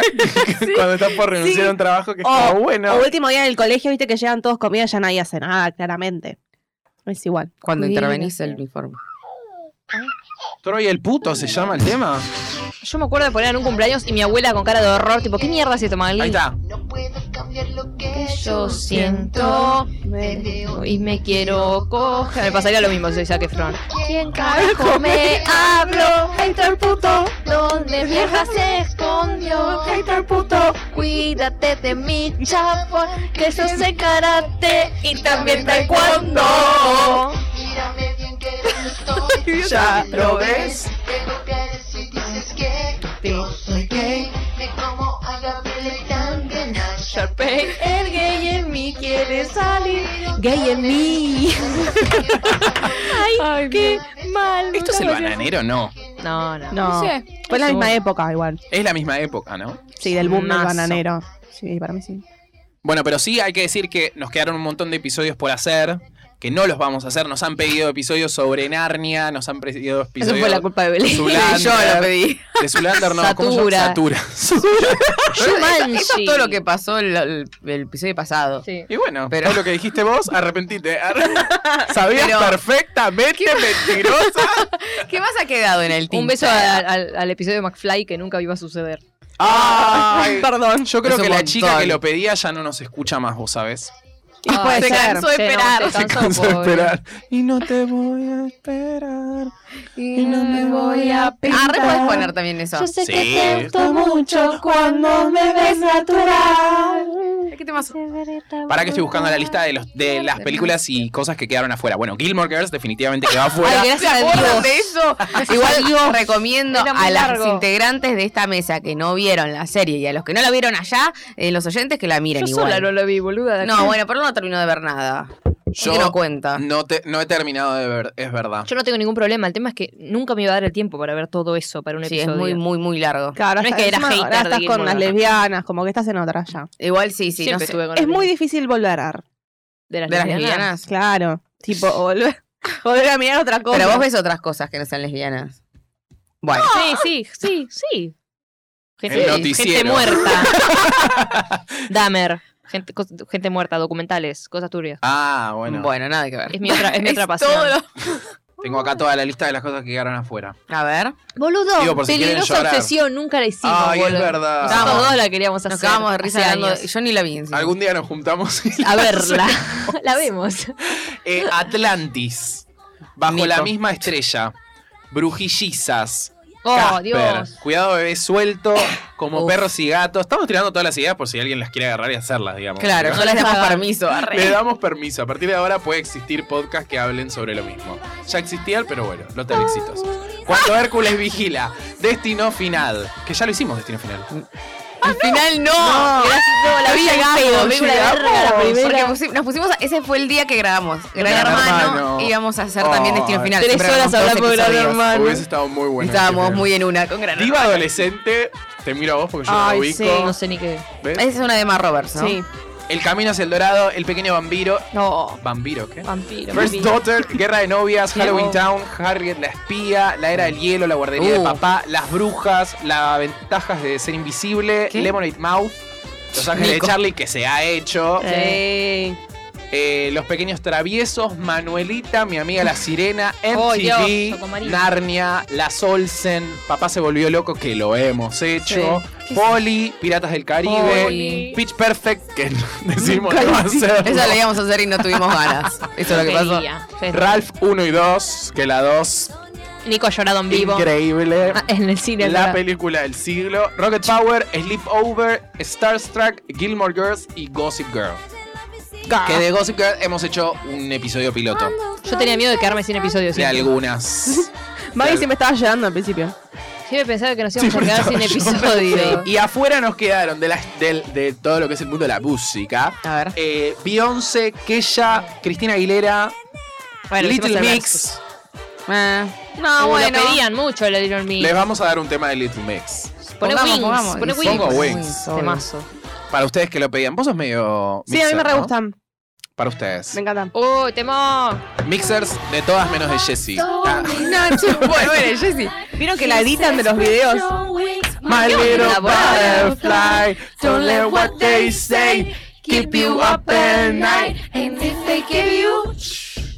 S1: cuando estás por renunciar a un trabajo que está bueno.
S3: O último día del colegio, viste que llegan todos comidos, ya nadie hace nada, claramente. Es igual.
S2: Cuando
S6: Mira.
S2: intervenís el uniforme.
S1: Troy el puto se llama el tema.
S6: Yo me acuerdo de poner en un cumpleaños y mi abuela con cara de horror, tipo, ¿qué mierda se toma
S1: Ahí está.
S6: Que yo siento y me quiero coger. Me pasaría lo mismo si soy Zac Efron. ¿Quién carajo me habló? Entra el puto. ¿Dónde vieja se escondió? Entra el puto. Cuídate de mi chapa, que yo sé karate y también taekwondo.
S1: Ya lo ves.
S6: Sharpay, el gay en mí quiere salir. Gay en mí. Ay, qué mal.
S1: ¿Esto es el bananero? No.
S6: No, no.
S3: No. Fue en la misma época, igual.
S1: Es la misma época, ¿no?
S3: Sí, del boom del
S6: Mazo.
S3: bananero. Sí, para mí sí.
S1: Bueno, pero sí hay que decir que nos quedaron un montón de episodios por hacer, que no los vamos a hacer. Nos han pedido episodios sobre Narnia, nos han pedido
S6: Eso
S1: episodios.
S6: fue la culpa de Belén.
S1: Zulander.
S2: Yo lo pedí.
S1: De Zulander, no, ¿cómo se llama?
S6: Satura.
S1: Satura.
S6: Shumanji.
S2: Eso es todo lo que pasó el, el- el episodio pasado.
S6: Sí.
S1: Y bueno,
S2: Pero-
S1: todo lo que dijiste vos, arrepentite. Arre- Sabías
S2: Pero-
S1: perfectamente, mentirosa.
S2: ¿Qué más ha quedado en el tinta?
S6: Un beso al, al- al episodio de McFly que nunca iba a suceder.
S1: Ay,
S3: Perdón.
S1: yo creo
S2: Es un
S1: que la chica
S2: montón.
S1: que lo pedía ya no nos escucha más, vos sabés.
S3: Y
S6: Ay,
S3: puede
S6: se
S3: ser.
S2: cansó de
S6: Se
S2: esperar.
S6: nos- se cansó,
S1: Canso de
S6: pobre.
S1: esperar. Y no te voy a esperar.
S2: Y
S1: no me voy a
S2: Arre, puedes Ah, poner también eso.
S1: sé que te
S4: mucho cuando me ves natural.
S2: ¿Qué temas?
S1: Para que estoy buscando la lista de, los, de las películas y cosas que quedaron afuera. Bueno, Gilmore Girls definitivamente quedó afuera.
S6: Ay, gracias a
S2: ¿Acuerdan
S6: Dios.
S2: de eso? Igual recomiendo
S6: Era muy
S2: a las
S6: largo.
S2: integrantes de esta mesa que no vieron la serie y a los que no la vieron allá, eh, los oyentes que la miren
S6: Yo
S2: igual.
S6: sola no lo vi, boluda.
S2: No, bueno, pero no terminó de ver nada.
S1: Yo
S2: ¿Por qué no cuenta?
S1: no, te- no he terminado de ver, es verdad.
S6: Yo no tengo ningún problema. El tema es que nunca me iba a dar el tiempo para ver todo eso para un
S2: Sí, es
S6: episodio.
S2: muy, muy, muy largo.
S3: Claro,
S6: No es
S3: hasta-
S6: que era
S3: encima ahora
S6: hater de
S3: estás
S6: Gilmore
S3: con las
S6: Girls.
S3: lesbianas, como que estás en otra ya.
S2: Igual sí, sí, no
S6: Siempre
S2: sé.
S6: estuve con
S3: Es
S6: las
S3: muy
S6: lesbianas.
S3: difícil volver.
S6: de las,
S2: De las
S6: lesbianas.
S2: lesbianas.
S3: Claro. Tipo, volver, volver a mirar otra cosa.
S2: Pero vos ves otras cosas que no sean lesbianas. Bueno.
S6: Sí, sí, sí, sí.
S1: El
S6: Gente,
S1: noticiero.
S6: gente muerta. Dahmer. Gente, cos- gente muerta, documentales, cosas turbias.
S1: Ah,
S2: Bueno.
S1: bueno.
S2: nada que ver.
S6: Es mi otra, es mi otra pasión.
S2: todo lo-
S1: Tengo acá toda la lista de las cosas que quedaron afuera.
S2: A ver,
S6: Boludo,
S1: Digo, por si quieren
S6: peligrosa
S1: llorar.
S6: obsesión, nunca la hicimos.
S1: Ay, es
S6: boludo.
S1: verdad.
S6: Nosotros
S2: Vamos.
S6: dos la queríamos hacer.
S2: nos acabamos de risa
S6: hace
S2: hablando de-
S6: años.
S2: Yo ni la vi encima.
S1: Algún día nos juntamos. y
S6: A verla. la vemos.
S1: Eh, Atlantis. Bajo
S2: Nico.
S1: la misma estrella. Brujillizas.
S6: Oh,
S1: Casper,
S6: Dios.
S1: Cuidado bebé suelto. Como
S2: Uf.
S1: perros y gatos. Estamos tirando todas las ideas por si alguien las quiere agarrar y hacerlas, digamos.
S2: Claro, no les damos permiso. arre.
S1: Le damos permiso. A partir de ahora puede existir podcasts que hablen sobre lo mismo. Ya existían, pero bueno, no tan exitosos. Cuando Hércules vigila, Destino Final. Que ya lo hicimos, Destino Final.
S2: Al final no.
S6: No, la vi al pedo, vi una verga la
S2: Porque
S6: primera.
S2: pusi- nos pusimos, ese fue el día que grabamos Gran,
S1: Gran
S2: Hermano,
S1: Hermano.
S2: y íbamos a hacer también
S1: Ay.
S2: Destino Final.
S6: Tres
S2: Siempre
S6: horas
S2: grabamos
S6: hablando
S2: dos
S6: de Gran
S2: episodios.
S6: Hermano.
S1: Hubiese estado muy bueno.
S2: Estábamos
S1: Destino
S2: muy en una con Gran
S1: Final. Diva
S2: Hermano.
S1: adolescente. Te miro a vos porque yo no
S3: Ay,
S1: lo
S3: sí,
S1: ubico.
S6: No sé ni qué.
S1: ¿Ves?
S2: Esa es una de Emma Roberts, ¿no?
S3: Sí.
S1: El camino hacia el dorado, el pequeño vampiro.
S6: No.
S1: Vampiro, ¿qué?
S6: Vampiro.
S1: First
S6: vampiro.
S1: Daughter, Guerra de Novias,
S6: Diego.
S1: Halloween Town, Harriet la espía, La Era del Hielo, La Guardería
S2: Uh.
S1: de Papá, Las Brujas, Las Ventajas de Ser Invisible,
S2: ¿Qué?
S1: Lemonade Mouth, Los Ángeles
S2: Nico.
S1: de Charlie, que se ha hecho,
S3: Sí.
S1: eh, Los Pequeños Traviesos, Manuelita, Mi Amiga la Sirena,
S6: Oh, Dios,
S1: MTV,
S6: Socomaría.
S1: Narnia, Las Olsen, Papá se volvió loco, que lo hemos hecho, Polly, Piratas del Caribe,
S6: Polly.
S1: Pitch Perfect, que decimos no hacerlo.
S2: Esa la íbamos a hacer y no tuvimos ganas. Eso es lo que pasó.
S6: Quería. Sí.
S1: Ralph 1 y 2, que la 2
S6: Nico ha llorado en vivo.
S1: Increíble.
S6: Ah, en el cine. es
S1: La
S6: verdad.
S1: película del siglo. Rocket Power, Sleepover, Starstruck, Gilmore Girls y Gossip Girl. Que de Gossip Girl hemos hecho un episodio
S6: Ah,
S1: piloto.
S6: Yo tenía miedo de quedarme sin episodios.
S1: De algunas.
S3: Maggie siempre estaba llorando al principio.
S6: Siempre pensaba que nos íbamos a quedar sin
S1: Sí,
S6: episodios.
S1: Y afuera nos quedaron de, las- del- de todo lo que es el mundo de la música.
S2: A ver.
S1: Eh, Beyoncé, Kesha, Cristina Aguilera,
S6: Bueno, hicimos
S1: Little
S6: el
S1: Mix,
S2: Ah, No,
S6: Uh,
S2: bueno.
S6: Lo pedían mucho el Little Me.
S1: Les vamos a dar un tema de Little Mix.
S6: Pone
S2: Pongamos,
S6: Wings,
S2: pongamos.
S6: pone
S2: Y
S6: Wings.
S1: Pongo Wings,
S2: obvio.
S6: Temazo.
S1: Para ustedes que lo pedían. Vos sos medio.
S3: Sí, a mí
S1: mixer,
S3: me re
S1: ¿no?
S3: gustan.
S1: Para ustedes.
S3: Me encantan.
S6: ¡Oh, temo!
S1: Mixers de todas menos de Jessie. Ah.
S2: No, che, bueno, bueno, Jessy.
S3: Vieron que la editan de los videos.
S1: My little butterfly, don't let what they say keep you up at night.
S4: And if they give you,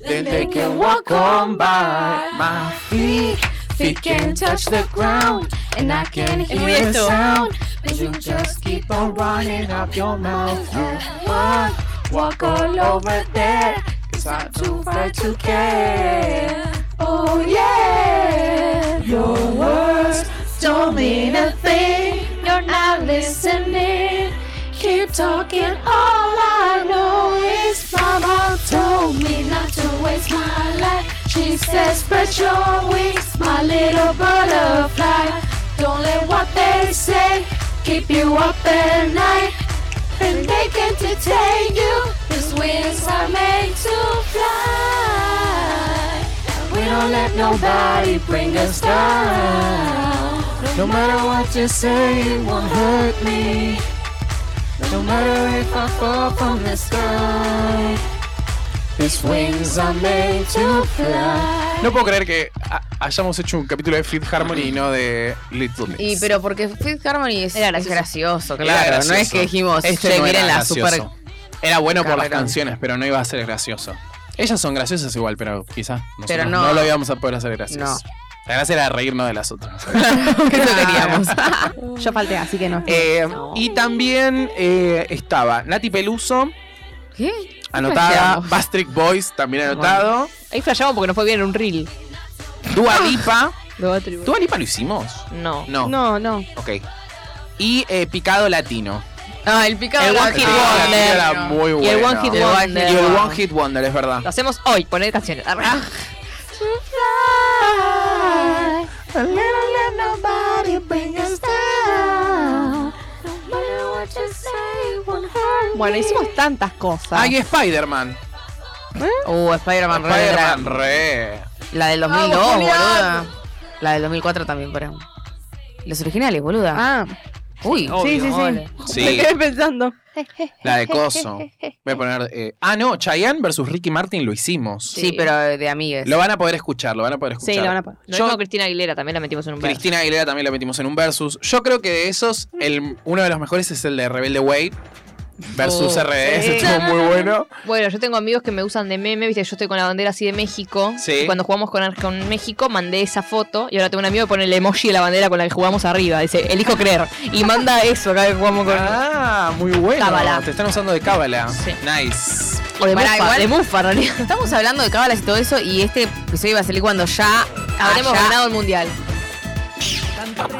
S1: Then they can walk on by my feet.
S4: feet can touch the ground. And I can
S6: muy
S4: hear the
S6: esto.
S4: sound. But you just keep on running up your mouth. You walk, walk all over there. Cause I'm too far to care. Oh yeah. Your words don't mean a thing. You're not listening. Keep talking. All I know is Mama told me not to waste my life. She said, spread your wings, my little butterfly. Don't let what they say keep you up at night. And they can detain you. These wings are made to fly. We don't let nobody bring us down. No matter what you say, it won't hurt me. No matter if I fall from the sky, these wings are made to fly.
S1: No puedo creer que ha- hayamos hecho un capítulo de Fifth Harmony y no de Little Mix.
S2: Y pero porque Fifth Harmony es,
S6: Era
S2: es gracioso,
S1: Era
S2: claro. No es
S1: gracioso.
S2: que dijimos,
S1: Este
S2: che,
S1: no era
S2: miren la
S1: gracioso.
S2: super.
S1: Era bueno por las
S2: carrerón.
S1: canciones, pero no iba a ser gracioso. Ellas son graciosas igual, pero quizás nosotros
S2: Pero
S1: no.
S2: no.
S1: lo íbamos a poder hacer gracioso. La gracia era reírnos de las otras.
S2: que no queríamos.
S3: Yo falté, así que no.
S1: Eh, y también eh, estaba Nati Peluso,
S2: ¿Qué?
S1: anotada.
S2: flasheamos.
S1: Bastric Boys, también anotado.
S6: Ahí flasheamos porque no fue bien en un reel.
S1: Dua Lipa.
S6: Lo voy a atribuir.
S1: ¿Dua Lipa lo hicimos?
S6: No.
S1: No.
S3: No, no.
S1: Ok. Y eh, Picado Latino.
S2: Ah, el picado.
S6: El
S2: de la-
S6: One Hit
S2: Ah,
S1: Picado
S6: Wonder.
S1: Latino era muy
S6: Y el
S1: bueno.
S6: One Hit
S1: Y el
S6: Wonder.
S1: Y el One Hit Wonder, es verdad.
S6: Lo hacemos hoy, poner canciones. Ah,
S4: Fly. Don't let nobody bring us down. No matter what you say, it won't hurt
S3: Bueno,
S4: me.
S3: hicimos tantas cosas.
S1: Ah, y Spider-Man.
S2: Uh, Spider-Man. re
S1: Spider-Man,
S2: drag.
S1: re.
S2: La del 2002,
S3: Vamos, Julián.
S2: boluda. La del 2004 también, pero. Los originales, boluda.
S3: Ah,
S2: Uy.
S3: sí, sí, sí. Me
S1: Sí,
S3: quedé pensando.
S1: la de Coso. Voy a poner. eh, ah, no, Chayanne versus Ricky Martin lo hicimos.
S2: Sí, pero de amigues.
S1: Lo van a poder escuchar, lo van a poder escuchar.
S3: Sí, lo van a poner.
S6: no
S1: Yo-
S6: Yo, Cristina Aguilera, también la metimos en un verso.
S1: Cristina Aguilera también lo metimos en un versus. Yo creo que de esos, el, uno de los mejores es el de Rebelde Way versus
S6: Oh,
S1: RDS.
S3: sí.
S1: Estuvo muy bueno.
S6: Bueno, yo tengo amigos que me usan de meme, viste, yo estoy con la bandera así de México.
S1: Sí.
S6: Y cuando jugamos con, con México, mandé esa foto y ahora tengo un amigo que pone el emoji de la bandera con la que jugamos arriba. Dice, elijo creer. Y manda eso acá que jugamos con.
S1: Ah, muy bueno.
S6: Cábala.
S1: Te están usando de cábala.
S6: Sí.
S1: Nice.
S6: O de
S2: Pará,
S6: mufa,
S2: igual-
S6: de mufa, en realidad.
S2: Estamos hablando de cábalas y todo eso, y este episodio iba a salir cuando ya
S6: Habremos
S2: haya-
S6: ganado el mundial.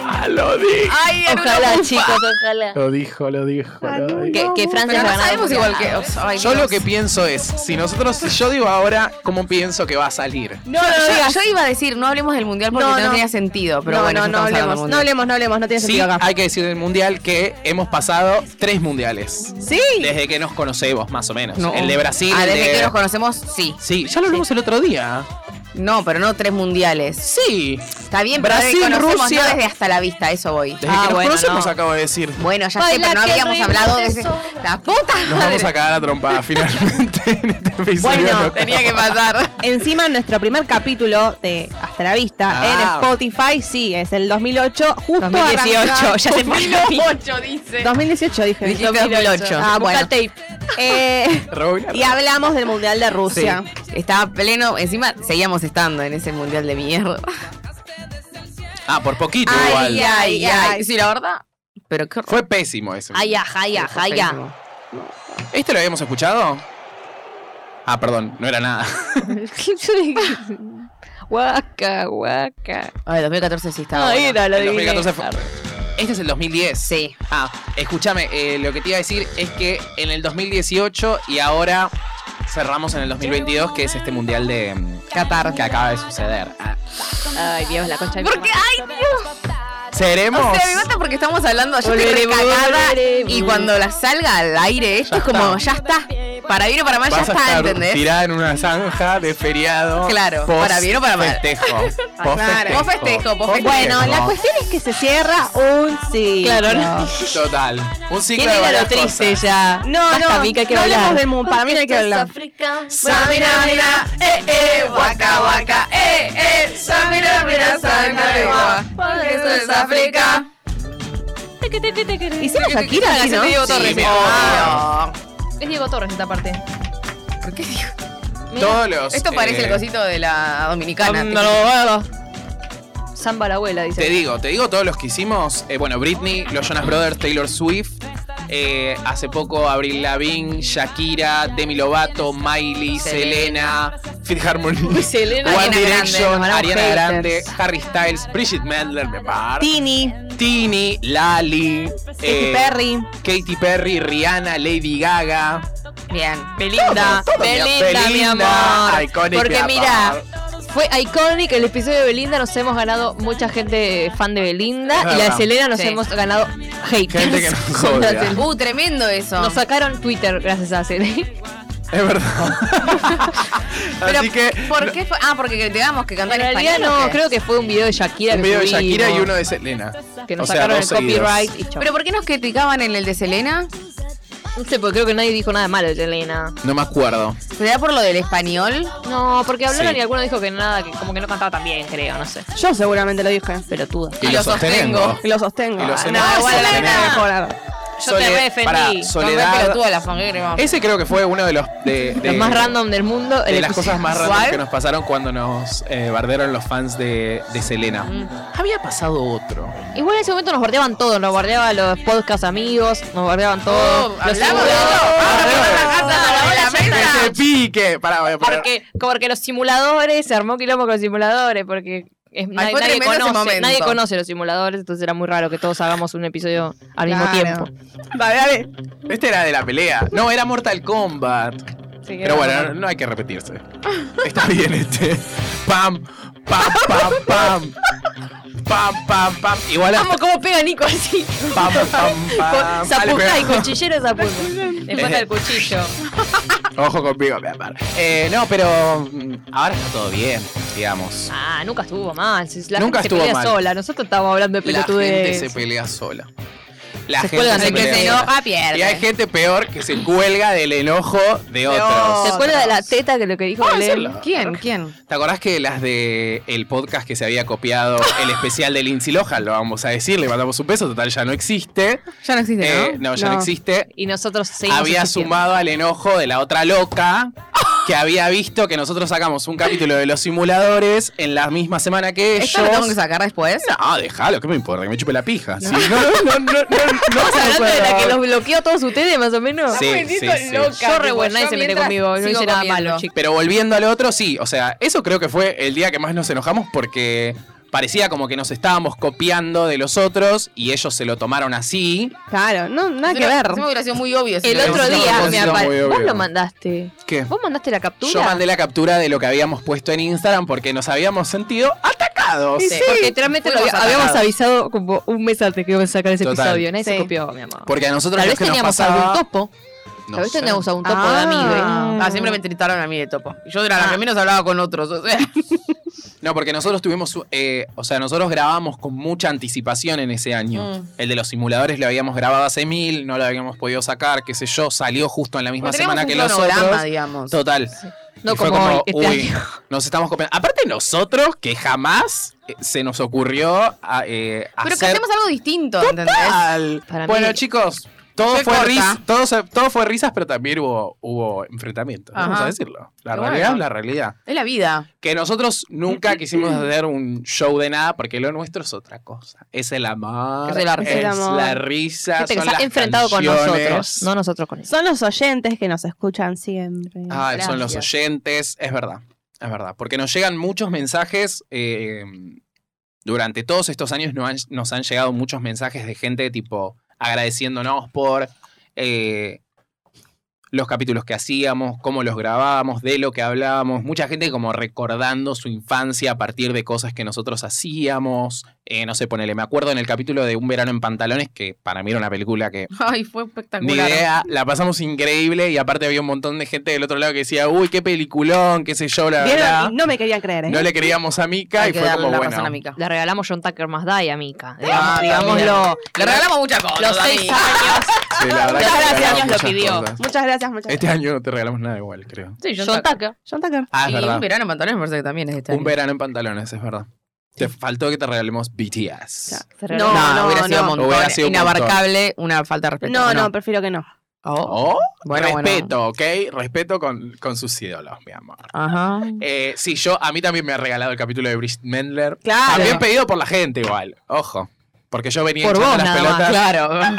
S1: Ah, lo dijo.
S2: Ay, era una
S6: Ojalá,
S2: mufa.
S6: chicos, ojalá.
S1: Lo dijo, lo dijo. lo dijo.
S6: Que, que
S2: Pero
S6: Francia haya
S2: no
S6: ganado el
S2: sabemos
S6: mundial.
S2: igual que. ay,
S1: Yo
S2: Dios.
S1: lo que pienso es, si nosotros, si yo digo ahora, ¿cómo pienso que va a salir?
S2: Yo-
S3: No, no, no
S2: yo,
S3: digas.
S2: yo iba a decir, no hablemos del mundial porque
S3: No,
S2: no,
S3: no.
S2: tenía sentido, pero
S3: no,
S2: bueno,
S3: no,
S2: ya
S3: no
S2: estamos hablando del
S3: hablemos, no
S2: mundial.
S3: hablemos, no hablemos, no tiene
S1: Sí,
S3: sentido acá.
S1: hay que decir del mundial que hemos pasado tres mundiales.
S3: Sí,
S1: Desde que nos conocemos, más o menos.
S2: No.
S1: El de Brasil.
S2: Ah,
S1: el
S2: desde
S1: de-
S2: que nos conocemos, sí.
S1: Sí, ya lo hablamos el otro día.
S2: No, pero no tres mundiales.
S1: Sí.
S2: Está bien, pero
S1: Brasil,
S2: desde que conocemos,
S1: Rusia.
S2: no desde hasta la vista, eso voy. Ah,
S1: Desde que nos conocemos, acabo de decir.
S2: Bueno, ya sé,
S4: Baila
S2: pero no
S4: que
S2: habíamos
S4: ritmo
S2: hablado
S4: te
S2: de ese-
S4: sobra.
S2: La puta
S1: Nos
S2: madre.
S1: vamos a cagar a trompada finalmente en este episodio.
S3: Bueno,
S1: No,
S2: Tenía que pasar.
S3: encima nuestro primer capítulo de Hasta la Vista
S1: Ah.
S3: en Spotify, sí, es el 2008, justo
S6: 2018,
S3: arrancando-
S6: ya se fue.
S2: 2008 dice.
S3: 2018 dije.
S2: Dijiste 2008.
S3: Ah,
S2: Busca
S3: bueno. Eh,
S1: Robin,
S3: y hablamos del Mundial de Rusia.
S2: Estaba pleno, encima seguíamos estando en ese mundial de mierda.
S1: Ah, por poquito igual.
S2: Ay, ay, ay. Sí, la verdad. Pero qué horror.
S1: Fue pésimo eso.
S6: Ay, ajá, ay, ajá, ay, ajá.
S1: ¿Este lo habíamos escuchado? Ah, perdón, no era nada.
S6: Guaca, guaca.
S2: Ay, 2014 sí estaba.
S6: Ah,
S2: bueno.
S6: era la
S1: El
S6: adiviné.
S1: 2014 fue- Este es el 2010.
S2: Sí.
S1: Ah, escúchame, eh, lo que te iba a decir es que en el 2018 y ahora cerramos en el 2022, que es este mundial de mm,
S2: Qatar.
S1: que acaba de suceder. Ah,
S6: Ay, Dios, la concha de mi
S2: Porque,
S6: madre.
S2: ay, Dios.
S1: ¿Seremos?
S2: O sea, me mata porque estamos hablando, yo estoy
S6: Volveremos,
S2: recagada
S6: volveremos.
S2: y cuando la salga al aire, esto es como, ya está. Para bien o para mal Ah, ya
S1: Vas a
S2: está,
S1: estar
S2: ¿entendés?
S1: tirada en una zanja de feriado.
S2: Claro,
S1: post
S2: para bien o para mal. Ah,
S1: Festejo. Post festejo.
S2: claro. Post festejo, post festejo.
S3: Bueno, la cuestión es que se cierra un ciclo.
S6: Claro, no.
S1: Total. Un ciclo
S6: ¿Quién
S1: de
S6: era la
S1: varias
S6: actriz
S1: cosas.
S6: ella?
S3: No,
S6: Basta,
S3: no,
S6: Mica, hay que
S3: no hablemos
S6: hablar.
S3: del mundo. Para mí no hay que hablar.
S2: Samira, mira, eh, eh, waka, waka, eh, eh, Samira, mira, Samira, porque esto es África.
S3: Hicimos Shakira,
S6: La
S3: ¿sí,
S6: canción
S3: ¿no?
S6: de Diego Torres.
S1: Sí,
S6: ¿no?
S1: obvio.
S6: Ah. Es Diego Torres esta parte.
S2: ¿Por qué digo?
S1: Todos los.
S2: Esto parece
S1: eh,
S2: el cosito de la dominicana.
S6: No, no, no. Samba la abuela, dice.
S1: Te digo, te digo todos los que hicimos. Eh, bueno, Britney, los Jonas Brothers, Taylor Swift. eh, hace poco Abril Lavigne, Shakira, Demi Lovato, Miley, Selena, Fit Harmony,
S6: Selena.
S1: One
S2: Ariana
S1: Direction,
S2: Grande,
S1: Ariana
S2: Mariah
S1: Grande,
S2: Carey.
S1: Harry Styles, Bridget Mendler de Bar,
S3: Tini,
S1: Tini, Lali,
S3: Katy
S1: eh,
S3: Perry.
S1: Katy Perry, Rihanna, Lady Gaga,
S2: Bien.
S6: Belinda,
S1: Todo, todo, mi-
S6: Belinda, mi
S1: Belinda,
S6: amor.
S1: iconic,
S6: Porque
S1: mi
S6: mira,
S1: amor.
S6: fue iconic el episodio de Belinda, nos hemos ganado mucha gente fan de Belinda
S1: Es
S6: y la de
S1: verdad.
S6: Selena nos
S2: Sí.
S6: hemos ganado hate.
S1: Gente que nos odia.
S2: Uh, tremendo eso.
S6: Nos sacaron Twitter gracias a Selena.
S1: Es verdad.
S2: Pero,
S1: Así que.
S2: ¿Por qué fue? Ah, porque creíamos que cantó
S6: En
S2: en
S6: realidad
S2: español. ¿o
S6: no,
S2: qué?
S6: creo que fue un video de Shakira.
S1: Un
S6: que
S1: video de
S6: subimos,
S1: Shakira y uno de Selena.
S6: Que nos
S1: O sea,
S6: sacaron el
S1: dos seguidos.
S6: copyright y chao.
S2: Pero ¿por qué nos criticaban en el de Selena?
S6: No sé, porque creo que nadie dijo nada malo de Selena.
S1: No me acuerdo.
S2: ¿Será por lo del español?
S6: No, porque hablaron
S1: Sí.
S6: y alguno dijo que nada, que como que no cantaba tan bien, creo, no sé.
S3: Yo seguramente lo dije.
S6: Pelotuda.
S1: Y,
S2: Y
S1: lo
S2: lo
S1: sostengo.
S2: sostengo.
S3: Y lo sostengo.
S1: Y lo
S3: Ah,
S1: sostengo.
S3: no,
S1: Ah,
S3: igual
S1: Selena.
S3: la nena dejó hablar.
S6: Yo te defendí.
S1: pará,
S6: No me
S2: Con
S1: Soledad.
S2: pelotuda la fanguera, vamos.
S1: Ese creo que fue uno de los. De, de-
S6: Los más random del mundo. el
S1: De las
S6: episodio-
S1: cosas más raras
S2: ¿Cuál?
S1: que nos pasaron cuando nos eh, bardearon los fans de, de Selena. Había pasado otro.
S6: Igual en ese momento nos bordeaban todos, nos bordeaban los podcast amigos, nos bordeaban
S2: Oh,
S6: todos. los
S2: hablamos de
S6: simuladores.
S2: todo.
S6: Ah,
S2: Ahora
S1: Ah, Hablamos de
S2: ponemos la
S1: todo.
S2: carta sobre la
S6: Ahora ya
S2: mesa.
S1: ¡Ese pique! Pará, voy a poner-
S6: Porque, porque los simuladores, se armó quilombo con los simuladores, porque es- na-
S2: fue
S6: nadie,
S2: tremendo ese
S6: conoce,
S2: momento.
S6: nadie conoce los simuladores, entonces era muy raro que todos hagamos un episodio al mismo
S3: Claro.
S6: tiempo.
S3: Dale, dale.
S1: Este era de la pelea. No, era Mortal Kombat.
S6: Así que
S1: Pero
S6: vamos.
S1: bueno, no, no hay que repetirse. Está bien este. Pam, pam, pam, pam. Pam, pam, pam. Igual
S6: Vamos, cómo pega Nico así.
S1: Pam, pam, pam.
S6: Con zaputa
S1: Dale,
S6: y cuchillero zaputa. Le falta
S1: Eh,
S6: el cuchillo.
S1: Ojo conmigo, mi amor. Eh, no, pero mm, ahora está todo bien, digamos.
S6: Ah, nunca estuvo mal. si La
S1: Nunca
S6: gente
S1: estuvo
S6: se pelea
S1: mal.
S6: sola. Nosotros estábamos hablando de
S1: La gente
S6: pelotudes.
S1: se pelea sola. La
S6: Se
S1: gente
S6: cuelgan
S1: se
S2: El que ah,
S1: pelea
S2: se
S1: sola.
S2: enoja pierde.
S1: Y hay gente peor que se cuelga del enojo de
S6: ¿Se
S1: otros.
S6: acuerda de la teta que lo que dijo
S1: Ah,
S6: Belén?
S1: decirlo.
S2: ¿Quién? ¿Quién?
S1: ¿Te acordás que las de el podcast que se había copiado el especial de Lindsay Lohan? Lo vamos a decir, le mandamos un beso, total ya no existe.
S2: Ya no existe,
S1: Eh,
S2: ¿no?
S1: no, ya no,
S3: No.
S1: existe.
S6: Y nosotros seguimos.
S1: había
S6: existiendo.
S1: sumado al enojo de la otra loca que había visto que nosotros sacamos un capítulo de los simuladores en la misma semana que ellos.
S2: ¿Esto lo tengo que sacar después?
S1: Ah, déjalo, ¿qué me importa? Que me chupe la pija. Sí, no, no, no, no, no, no
S6: Estamos
S1: se
S6: hablando de la
S1: puede.
S6: que los bloqueó a todos ustedes, más o menos.
S1: Sí, sí, sí.
S6: Yo re buena y se mete conmigo. No hice nada malo, chicos.
S1: Pero volviendo al otro, sí, o sea, eso creo que fue el día que más nos enojamos porque parecía como que nos estábamos copiando de los otros y ellos se lo tomaron así.
S3: Claro, no, nada que
S2: Pero
S3: ver.
S2: encima hubiera sido muy obvio. si
S6: El
S2: lo
S6: otro
S1: Es una
S2: hubiéramos
S6: día,
S2: hecho.
S1: me
S6: mi
S1: proposición
S6: papá,
S1: muy
S6: vos
S1: obvio.
S6: lo mandaste.
S1: ¿Qué?
S6: ¿Vos mandaste la captura?
S1: Yo mandé la captura de lo que habíamos puesto en Instagram porque nos habíamos sentido atacados.
S6: Sí, porque literalmente Este lo había-
S2: Fuimos
S6: habíamos
S2: atacados.
S6: avisado como un mes antes que iban a sacar ese
S1: Total.
S6: episodio. Nadie se
S3: Sí.
S6: copió, mi amor.
S1: Porque a nosotros
S6: Tal
S1: lo
S6: vez
S1: que nos
S6: teníamos
S1: pasaba-
S6: algún topo.
S1: No
S6: Tal vez
S1: sé.
S6: teníamos algún topo de
S3: Ah.
S6: amigo.
S2: Ah, siempre me tritaron a mí de topo. Yo era
S1: Ah.
S2: la que menos hablaba con otros. O sea,
S1: No, porque nosotros tuvimos, eh, o sea, nosotros grabamos con mucha anticipación en ese año.
S2: Mm.
S1: El de los simuladores lo habíamos grabado hace mil, no lo habíamos podido sacar, qué sé yo, salió justo en la misma
S2: Teníamos
S1: semana
S2: un
S1: que los
S2: cronograma,
S1: otros.
S2: digamos.
S1: Total.
S6: No
S1: Y fue
S6: como hoy, este año.
S1: nos estamos copiando. Aparte nosotros, que jamás eh, se nos ocurrió a, eh,
S2: Pero que
S1: hacer
S2: hacemos algo distinto, ¿entendés?
S1: tal.
S6: Para mí-
S1: Bueno, chicos, todo
S2: Soy
S1: fue,
S2: corta.
S1: ris- todo, se- todo fue risas, pero también hubo, hubo enfrentamientos,
S2: Ajá.
S1: vamos a decirlo. La
S2: Qué
S1: realidad
S2: bueno.
S1: es la realidad.
S2: Es la vida.
S1: Que nosotros nunca quisimos hacer un show de nada porque lo nuestro es otra cosa. Es el amor,
S2: Es el arte.
S1: es
S3: Es el amor.
S1: la risa,
S6: Gente que
S1: son
S6: se ha
S1: las
S6: enfrentado con
S1: canciones.
S6: nosotros. No nosotros con eso.
S3: Son los oyentes que nos escuchan siempre.
S1: Ay, Ah, son los
S2: Gracias.
S1: oyentes, es verdad, es verdad. Porque nos llegan muchos mensajes, eh, durante todos estos años nos han, nos han llegado muchos mensajes de gente tipo agradeciéndonos por eh, los capítulos que hacíamos, cómo los grabábamos, de lo que hablábamos. Mucha gente como recordando su infancia a partir de cosas que nosotros hacíamos. Eh, no sé, ponele, me acuerdo en el capítulo de Un verano en pantalones, que para mí era una película que
S2: Ay, fue
S1: ni
S2: espectacular.
S1: idea, la pasamos increíble y aparte había un montón de gente del otro lado que decía, uy, qué peliculón, qué sé yo, la verdad.
S3: ¿Vieron? Y No me querían creer. ¿eh?
S1: No le queríamos a Mika
S2: Hay
S1: y
S2: que
S1: fue
S2: darle
S1: como
S2: la
S1: bueno.
S2: razón a Mika.
S6: Le regalamos John Tucker más Die a Mika.
S1: Ah,
S6: Digamos- digámoslo.
S2: Le regalamos muchas cosas.
S6: Los
S2: a
S6: seis
S2: Mika.
S6: años.
S1: Sí, la verdad que
S6: Muchas
S1: te
S6: gracias,
S1: regalamos
S6: Dios lo
S1: muchas
S6: pidió.
S1: cosas.
S3: Muchas gracias, muchas
S1: Este
S3: gracias.
S1: año no te regalamos nada igual, creo.
S2: Sí, John
S6: John
S2: Tucker.
S6: Tucker.
S3: John Tucker.
S1: Ah, es
S2: Y un
S1: verdad.
S2: verano en pantalones me parece que también es este
S1: Un
S2: año.
S1: verano en pantalones, es verdad. Te faltó que te regalemos BTS.
S2: No, no,
S3: No,
S2: hubiera
S3: no,
S2: sido un
S3: no.
S2: montón.
S1: Hubiera sido un
S2: Inabarcable, una falta de respeto.
S3: No, no, prefiero que no.
S2: Oh,
S1: Oh,
S2: Bueno, bueno.
S1: respeto, ¿ok? Respeto con, con sus ídolos, mi amor.
S2: Ajá.
S1: Eh, sí, yo, a mí también me ha regalado el capítulo de Brice Mendler.
S3: Claro.
S1: También pedido por la gente igual, ojo. Porque yo venía
S6: Por
S1: echando
S6: vos
S1: las
S6: nada
S1: pelotas.
S6: más,
S2: Claro.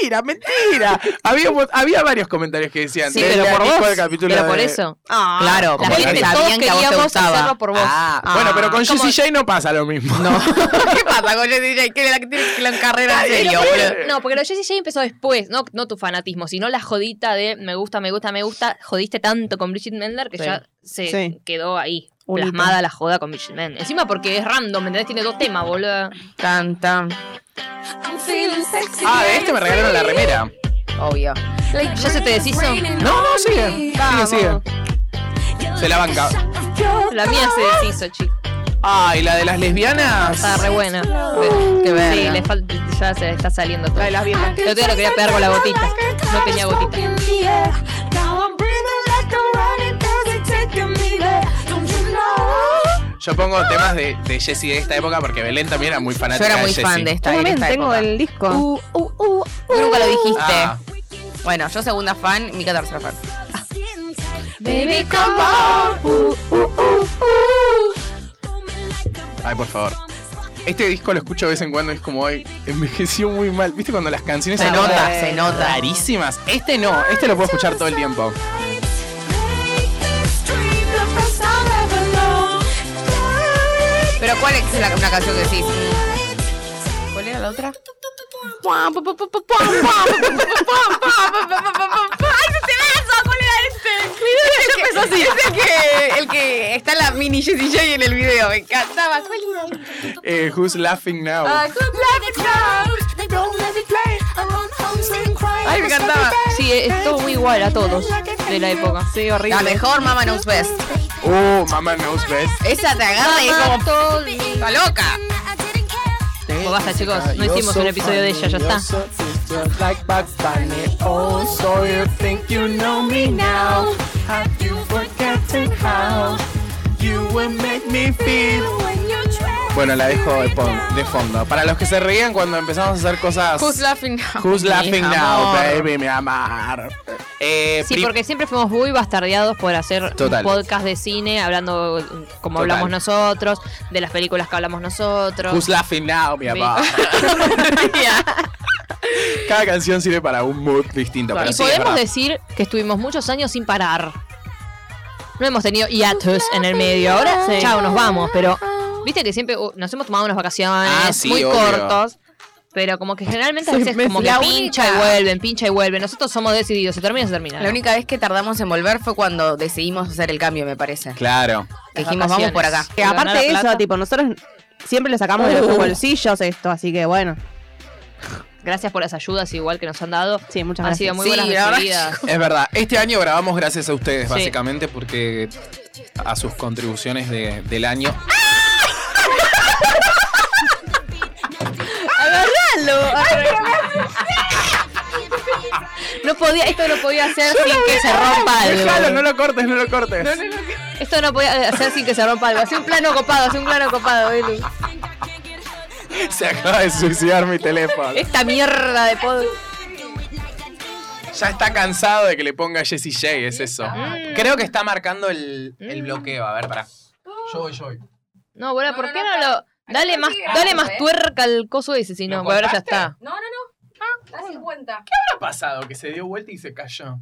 S1: Mentira, mentira. había, un mo- había varios comentarios que decían.
S6: Sí,
S1: "Denle
S6: pero
S1: a
S6: por
S1: Nico
S6: vos.
S1: el capítulo
S6: Pero por
S1: de-".
S6: eso.
S3: Ah.
S2: Claro,
S1: Como la
S6: La
S2: porque
S6: gente,
S1: vida.
S6: todos
S2: sabían que a vos te
S6: queríamos hacerlo
S2: gustaba.
S6: por vos.
S1: Ah, bueno, pero con
S6: ¿cómo?
S1: Juicy J no pasa lo mismo.
S2: No. ¿Qué pasa con Jesse J? Que la que tiene la carrera en
S6: Pero
S2: serio,
S6: porque-
S2: boludo.
S6: no, porque lo de Jessie J empezó después, no, no tu fanatismo, sino la jodita de me gusta, me gusta, me gusta. Jodiste tanto con Bridget Mendler que
S2: Sí.
S6: ya se
S3: Sí.
S6: quedó ahí,
S3: Un hito.
S6: plasmada la joda con Bridget Mendler. Encima porque es random, ¿me entendés? Tiene dos temas, boludo.
S2: Tan, tan.
S1: Ah, de este me regalaron la remera.
S2: Obvio.
S6: Ya se te deshizo.
S1: No, no, sigue. Sigue, sigue. Se la banca.
S6: La mía se deshizo, chico.
S1: Ah, y la de las lesbianas.
S6: Está re buena.
S2: Qué verga.
S6: Sí, le falta, ya se le está saliendo todo.
S3: La de las viejas.
S6: El otro día lo quería pegar con la gotita. No tenía gotita.
S1: Yo pongo temas de, de Jessie de esta época porque Belén también era muy
S2: Yo
S1: fanática
S2: era muy
S1: de
S2: fan
S1: Jessie.
S2: de esta.
S3: Yo
S2: en
S3: también
S2: esta
S3: tengo
S2: época.
S3: el disco.
S2: Tú nunca lo dijiste.
S1: Ah,
S2: Bueno, yo segunda fan, Mika tercera fan.
S6: Baby, come on.
S1: ay, por favor. Este disco lo escucho de vez en cuando y es como, ay, envejeció muy mal. ¿Viste cuando las canciones
S2: Se
S1: son
S2: nota,
S1: todas
S2: se nota.
S1: rarísimas? Este no, este lo puedo escuchar todo el tiempo.
S2: Pero ¿cuál es la, una canción que decís? ¿Cuál era la otra? ¡Ay, no te beso! ¿Cuál era este? Yo empezó así. Ese que, el que está la mini Jessie J en el video. Me encantaba. ¿Cuál era?
S1: Eh, Who's Laughing Now?
S2: Ay, me encantaba.
S6: Sí, es todo muy igual a todos de la época.
S3: Sí, horrible.
S2: La mejor Mama Knows Best.
S1: Oh, Mama Knows Best.
S2: Esa te agarra y es como...
S6: Todo-
S2: ¡Está loca! Este,
S6: Bueno, basta, chicos, no hicimos un episodio de ella, ya está.
S2: Oh,
S1: Bueno, la dejo de, pon- de fondo. Para los que se reían cuando empezamos a hacer cosas.
S2: Who's laughing now?
S1: Who's laughing
S2: Mi
S1: now,
S2: amor.
S1: baby, mi amor? Eh,
S6: Sí,
S1: pri-
S6: porque siempre fuimos muy bastardeados por hacer un
S1: Total.
S6: podcast de cine, hablando como
S1: Total.
S6: hablamos nosotros, de las películas que hablamos nosotros.
S1: Who's laughing now, mi
S6: Mi-
S1: amor? Cada canción sirve para un mood distinto. pero
S6: Y
S1: sí, es
S6: podemos
S1: verdad.
S6: decir que estuvimos muchos años sin parar. No hemos tenido hiatus en el medio. Ahora,
S3: Sí.
S6: chao, nos vamos, pero viste que siempre uh, nos hemos tomado unas vacaciones
S1: Ah, sí,
S6: muy
S1: obvio.
S6: cortos. Pero como que generalmente a
S3: Seis
S6: veces como que
S3: meses. La
S6: pincha y
S2: única-
S6: vuelven, pincha y vuelven. Nosotros somos decididos, se termina, se termina.
S2: La única vez que tardamos en volver fue cuando decidimos hacer el cambio, me parece.
S1: Claro.
S2: Que dijimos, vamos por acá.
S3: Que
S6: Ganar
S3: aparte de
S6: la
S3: eso,
S6: plata.
S3: tipo, nosotros siempre le sacamos de los bolsillos esto, así que bueno.
S6: Gracias por las ayudas igual que nos han dado.
S3: Sí, muchas
S6: Han
S3: gracias.
S6: sido muy
S2: Sí,
S6: buenas
S2: la verdad,
S6: recibidas.
S1: Es verdad. Este año grabamos gracias a ustedes,
S6: Sí.
S1: básicamente, porque a sus contribuciones de- del año.
S6: No podía, esto no podía hacer sin que se rompa algo.
S1: Déjalo, no lo cortes, no lo cortes.
S6: Esto no podía hacer sin que se rompa algo. Hace un plano copado, hace un plano copado, Belu.
S1: Se acaba de suicidar mi teléfono.
S6: Esta mierda de pod.
S1: Ya está cansado de que le ponga Jessie J, es eso.
S2: Mm.
S1: Creo que está marcando el, el bloqueo. A ver, pará.
S2: Oh.
S1: Yo voy, yo voy.
S6: No, bueno, ¿por
S2: No,
S6: qué
S2: no,
S6: no,
S2: no.
S6: lo.? Dale
S2: no
S6: más,
S2: sigue
S6: dale
S2: grabando,
S6: más
S2: ¿eh?
S6: tuerca al coso ese, si no,
S1: ¿Lo
S6: porque ahora ya
S1: cortaste?
S6: está.
S2: No, no, no. Ah, la 50.
S1: ha pasado? Que se dio vuelta y se cayó.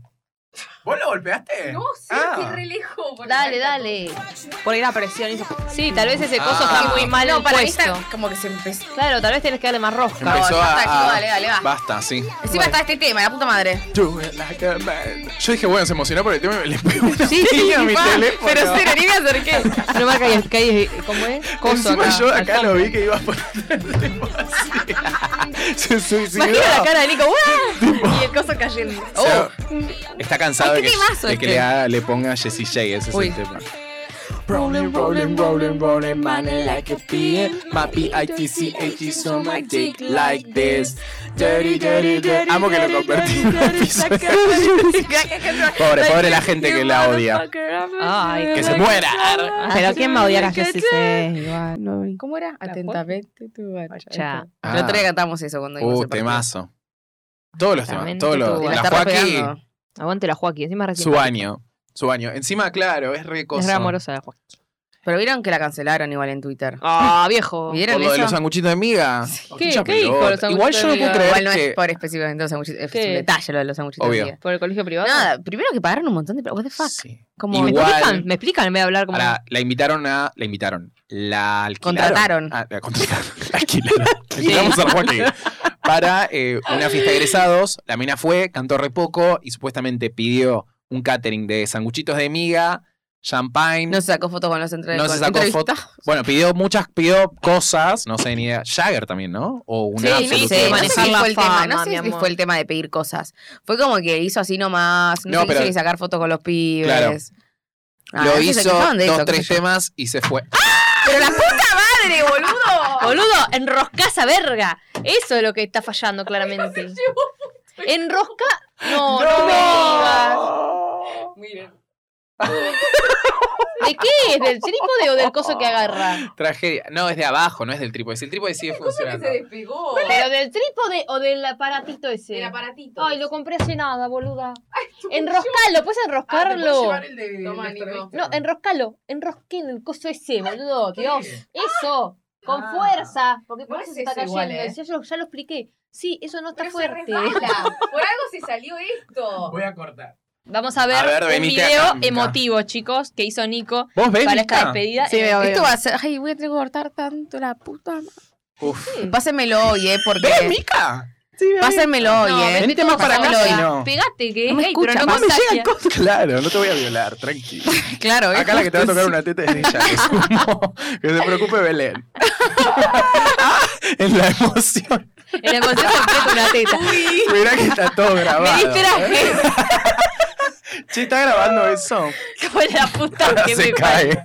S1: ¿Vos lo golpeaste?
S4: No, sí,
S1: Ah.
S4: estoy re lejos. porque me
S6: Dale,
S4: encanta.
S6: dale.
S3: Por ahí la presión hizo.
S6: Sí, tal vez ese
S1: Ah.
S6: coso está muy mal
S2: No, para mí
S6: puesto.
S2: está como que se empezó.
S6: Claro, tal vez tenés que darle más rosca.
S1: Empezó
S2: ya
S1: a,
S2: está, chico,
S1: a-
S2: dale, dale, va.
S1: Basta, sí.
S2: Encima está este tema, la puta madre.
S1: Do it like a man. Yo dije, bueno, se emocionó por el tema y le pegó una piña a mi
S2: pa,
S1: teléfono.
S2: Pero cero, ni me acerqué.
S6: No marca y que hay, ¿cómo es? Coso
S1: Encima
S6: acá,
S1: yo acá
S6: al
S1: lo
S6: fondo.
S1: vi que iba a poner el tema así. Se suicidó.
S6: Imagino la cara de Nico. ¡guau!
S2: Y el coso cayendo.
S1: O sea, Está cansado de
S2: Ay, qué
S1: que,
S2: temazo
S1: de
S2: este.
S1: que le, haga- le ponga Jessie J. Ese
S2: Uy.
S1: es el tema. Rolling, rolling, rolling, rolling, money like a pin. My P-I-T-C-H-E on my dick like this. Dirty, dirty, dirty. Amo que lo convertí en una pizza. Pobre, pobre la gente que la odia.
S6: Ay,
S1: Que se muera.
S2: Ah,
S3: Pero ¿quién va a odiar a Jessie C? Igual, no.
S2: ¿Cómo era? Atentamente tu
S6: Ya.
S1: Ah.
S2: El otro día cantamos eso cuando íbamos
S1: Uh,
S2: al partido.
S1: temazo. Todos los temas.
S6: Exactamente,
S1: Todos
S6: tú.
S1: los.
S2: Te
S6: Te
S2: la
S6: la
S1: La
S2: está
S1: Joaquí,
S2: pegando.
S6: Aguante la Joaquín, encima recién.
S1: su año. Su año. Encima, claro, es re
S6: Es
S1: cosa.
S6: re amorosa la Joaquín.
S2: Pero vieron que la cancelaron igual en Twitter.
S6: Ah, viejo.
S2: ¿Vieron
S1: Por lo de
S2: eso?
S1: los sanguchitos de miga.
S6: ¿Qué-
S1: Hincha
S6: qué dijo
S1: pelota.
S6: los sanguchitos
S1: Igual yo no
S6: de
S1: puedo
S6: miga?
S1: creer
S2: Igual no
S1: que.
S2: es por específicamente los sanguchitos, es
S6: ¿Qué?
S2: un detalle lo de los sanguchitos.
S1: Obvio.
S2: de
S6: ¿Por el colegio privado?
S2: Nada, primero que pagaron un montón de... What the fuck?
S1: Sí.
S2: Como-
S6: ¿Me explican?
S1: Igual.
S6: ¿Me explican en vez de hablar como.?
S1: Pará, la invitaron a. La invitaron. La alquilaron.
S2: Contrataron.
S1: Ah, la contrataron. La alquilaron. Alquilamos a Joaquín. Para eh, una fiesta de egresados. La mina fue, cantó re poco y supuestamente pidió un catering de sanguchitos de miga, champagne.
S2: No se sacó fotos con los entre-
S1: No
S2: con-
S1: se sacó
S2: entrevistas.
S1: Bueno, pidió muchas, pidió cosas, no sé ni idea. Jagger también, ¿no? O una
S6: Sí,
S2: No
S1: absoluta.
S2: sé, no sé
S6: manejar
S2: si
S6: la
S2: fue el
S6: fama,
S2: tema, no sé
S6: mi
S2: si
S6: amor.
S2: fue el tema de pedir cosas. Fue como que hizo así nomás, no,
S1: No,
S2: se quiso
S1: pero-
S2: ni sacar fotos con los pibes.
S1: Claro.
S2: Ah,
S1: Lo
S2: no sé, se
S1: hizo
S2: quejaban de
S1: dos,
S2: eso, qué
S1: tres
S2: sé yo.
S1: temas y se fue.
S2: Pero la puta madre, boludo.
S6: Boludo, enrosca esa verga. Eso es lo que está fallando claramente. Enrosca. No, no, me
S2: Miren.
S6: digas. ¿De qué? ¿Es del trípode o del coso que agarra?
S1: Tragedia. No, es de abajo, no es del trípode. Si el trípode sigue funcionando.
S4: despegó.
S6: ¿Pero del trípode o del aparatito ese?
S4: El aparatito.
S6: Ay, lo compré hace nada, boluda.
S4: chupa, Ah,
S6: Enroscalo, ¿puedes enroscarlo?
S4: Toma, Nico.
S6: No, enroscalo. Enrosquen el coso ese, boludo. Dios. Eso. Con fuerza. Porque por
S4: Ah. No
S6: eso
S4: es
S6: se está
S4: eso igual,
S6: cayendo.
S4: ¿eh?
S6: Yo- yo ya lo expliqué. Sí, eso no está
S4: Pero se
S6: fuerte. eh.
S4: resbala. Por algo se salió esto.
S1: a cortar.
S6: Vamos a ver,
S1: A ver,
S6: un
S1: venite
S6: video
S1: acá, Mica.
S6: emotivo, chicos, que hizo Nico
S1: ¿Vos ves?
S6: para esta
S1: Mica?
S6: despedida.
S3: Sí, veo,
S2: Esto
S3: veo.
S2: va a ser. Ay, voy a tener que cortar tanto la puta madre.
S1: Uf.
S6: Mm.
S2: Pásenmelo hoy, eh,
S1: ¿Ves,
S2: porque.
S1: Mica?
S2: Pásenmelo hoy, eh.
S1: Venite más para acá,
S2: Pásenmelo
S1: si
S2: hoy.
S1: no.
S6: Pegate, que
S2: No me
S6: es gay, pero
S2: escucha,
S6: no
S2: mamá, me
S6: pasa
S2: llegan
S6: que-
S1: Claro, no te voy a violar, tranquilo.
S2: Claro, eh.
S1: Acá la que te va a tocar una teta es ella, que sumo. Que se preocupe Belén. Ah, en la emoción.
S6: En el consejo aprieto una teta.
S1: Mirá que está todo grabado.
S6: Me distraje
S1: Che, está grabando eso.
S6: con la puta que
S1: se
S6: me
S1: cae.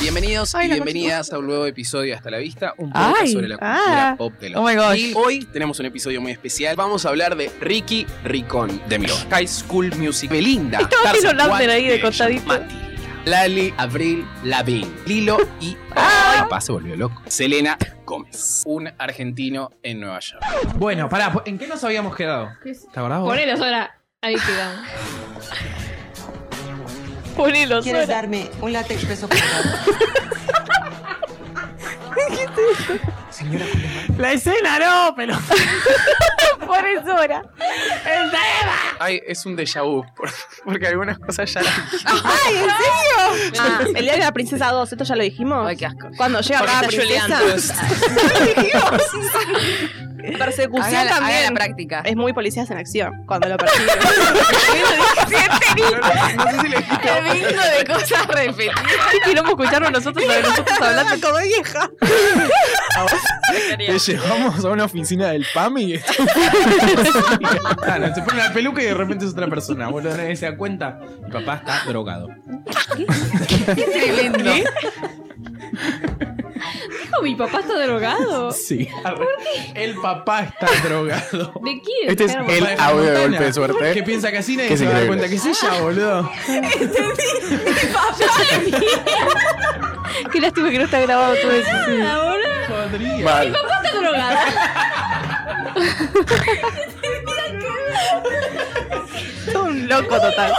S1: Bienvenidos y bienvenidas a un nuevo episodio de Hasta la Vista, un podcast
S3: Ay,
S1: sobre la cultura
S3: ah.
S1: pop de los
S2: Oh my gosh.
S1: 2000. Hoy tenemos un episodio muy especial. Vamos a hablar de Ricky Ricón, de mi High School Music, Belinda,
S3: Taylor
S1: Tarzan,
S3: Lander ahí de
S1: Direction,
S3: costadito.
S1: Matilda, Lali, Abril, Lavín, Lilo y Ay, papá se volvió loco. Selena Gómez, un argentino en Nueva York.
S5: Bueno, pará, ¿en qué nos habíamos quedado? ¿Te acordás vos?
S6: Ponelos ahora. Ahí quedamos.
S3: Ponelo,
S7: ¿Quieres
S3: suena.
S7: darme un látex preso por favor?
S5: La escena, no, pero.
S3: Por eso ahora.
S1: Ay, es un déjà vu, porque algunas cosas ya las
S3: ¡Ay, en serio! Ah, el día de la princesa 2, esto ya lo dijimos.
S2: Ay, qué asco.
S3: Cuando llega cada princesa. Persecución
S2: Haga la, haga la
S3: también.
S2: práctica.
S3: es muy policías en acción cuando lo persiguen.
S1: No sé si le
S2: Tremendo de cosas repetidas.
S3: Qué quilombo escucharnos nosotros sobre nosotros hablando como vieja.
S1: Te llevamos a una oficina del PAMI y esto-
S5: Claro, se pone la peluca y de repente es otra persona, boludo, nadie se da cuenta. Mi papá está drogado.
S2: Tremendo.
S6: Dijo, Oh, mi papá está drogado.
S5: Sí. El papá está drogado.
S6: ¿De quién?
S1: Este es el
S5: Hannah
S1: audio de
S5: Montana,
S1: golpe de
S5: Que
S1: suerte.
S5: piensa que así nadie
S1: Que
S5: se
S1: se
S5: va a dar
S1: cree.
S5: cuenta que es ella, boludo.
S3: Qué lástima que no está grabado todo eso.
S5: Podría.
S1: Mal.
S6: está drogado.
S3: Todo un loco total.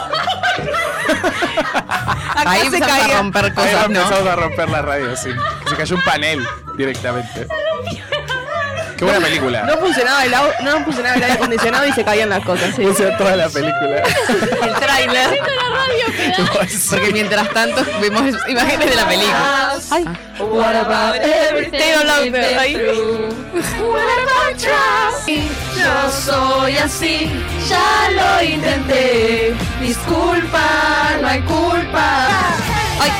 S3: Acá
S2: Ahí
S3: se
S2: empezamos a
S3: caía.
S2: romper
S1: Ahí
S2: cosas, ¿no?
S1: empezamos a romper la radio, sí. Que se cayó un panel directamente. Qué buena película.
S3: No funcionaba el, au- no funcionaba el aire acondicionado y se caían las cosas. sí.
S1: Puse toda la película.
S2: El tráiler. Porque mientras tanto vemos imágenes de la película.
S3: Ay,
S6: What about everything
S3: Taylor Lautner,
S6: we've been
S3: ahí.
S6: through? What about trust? Yo soy así, ya lo intenté. Disculpa, no hay culpa. Ay.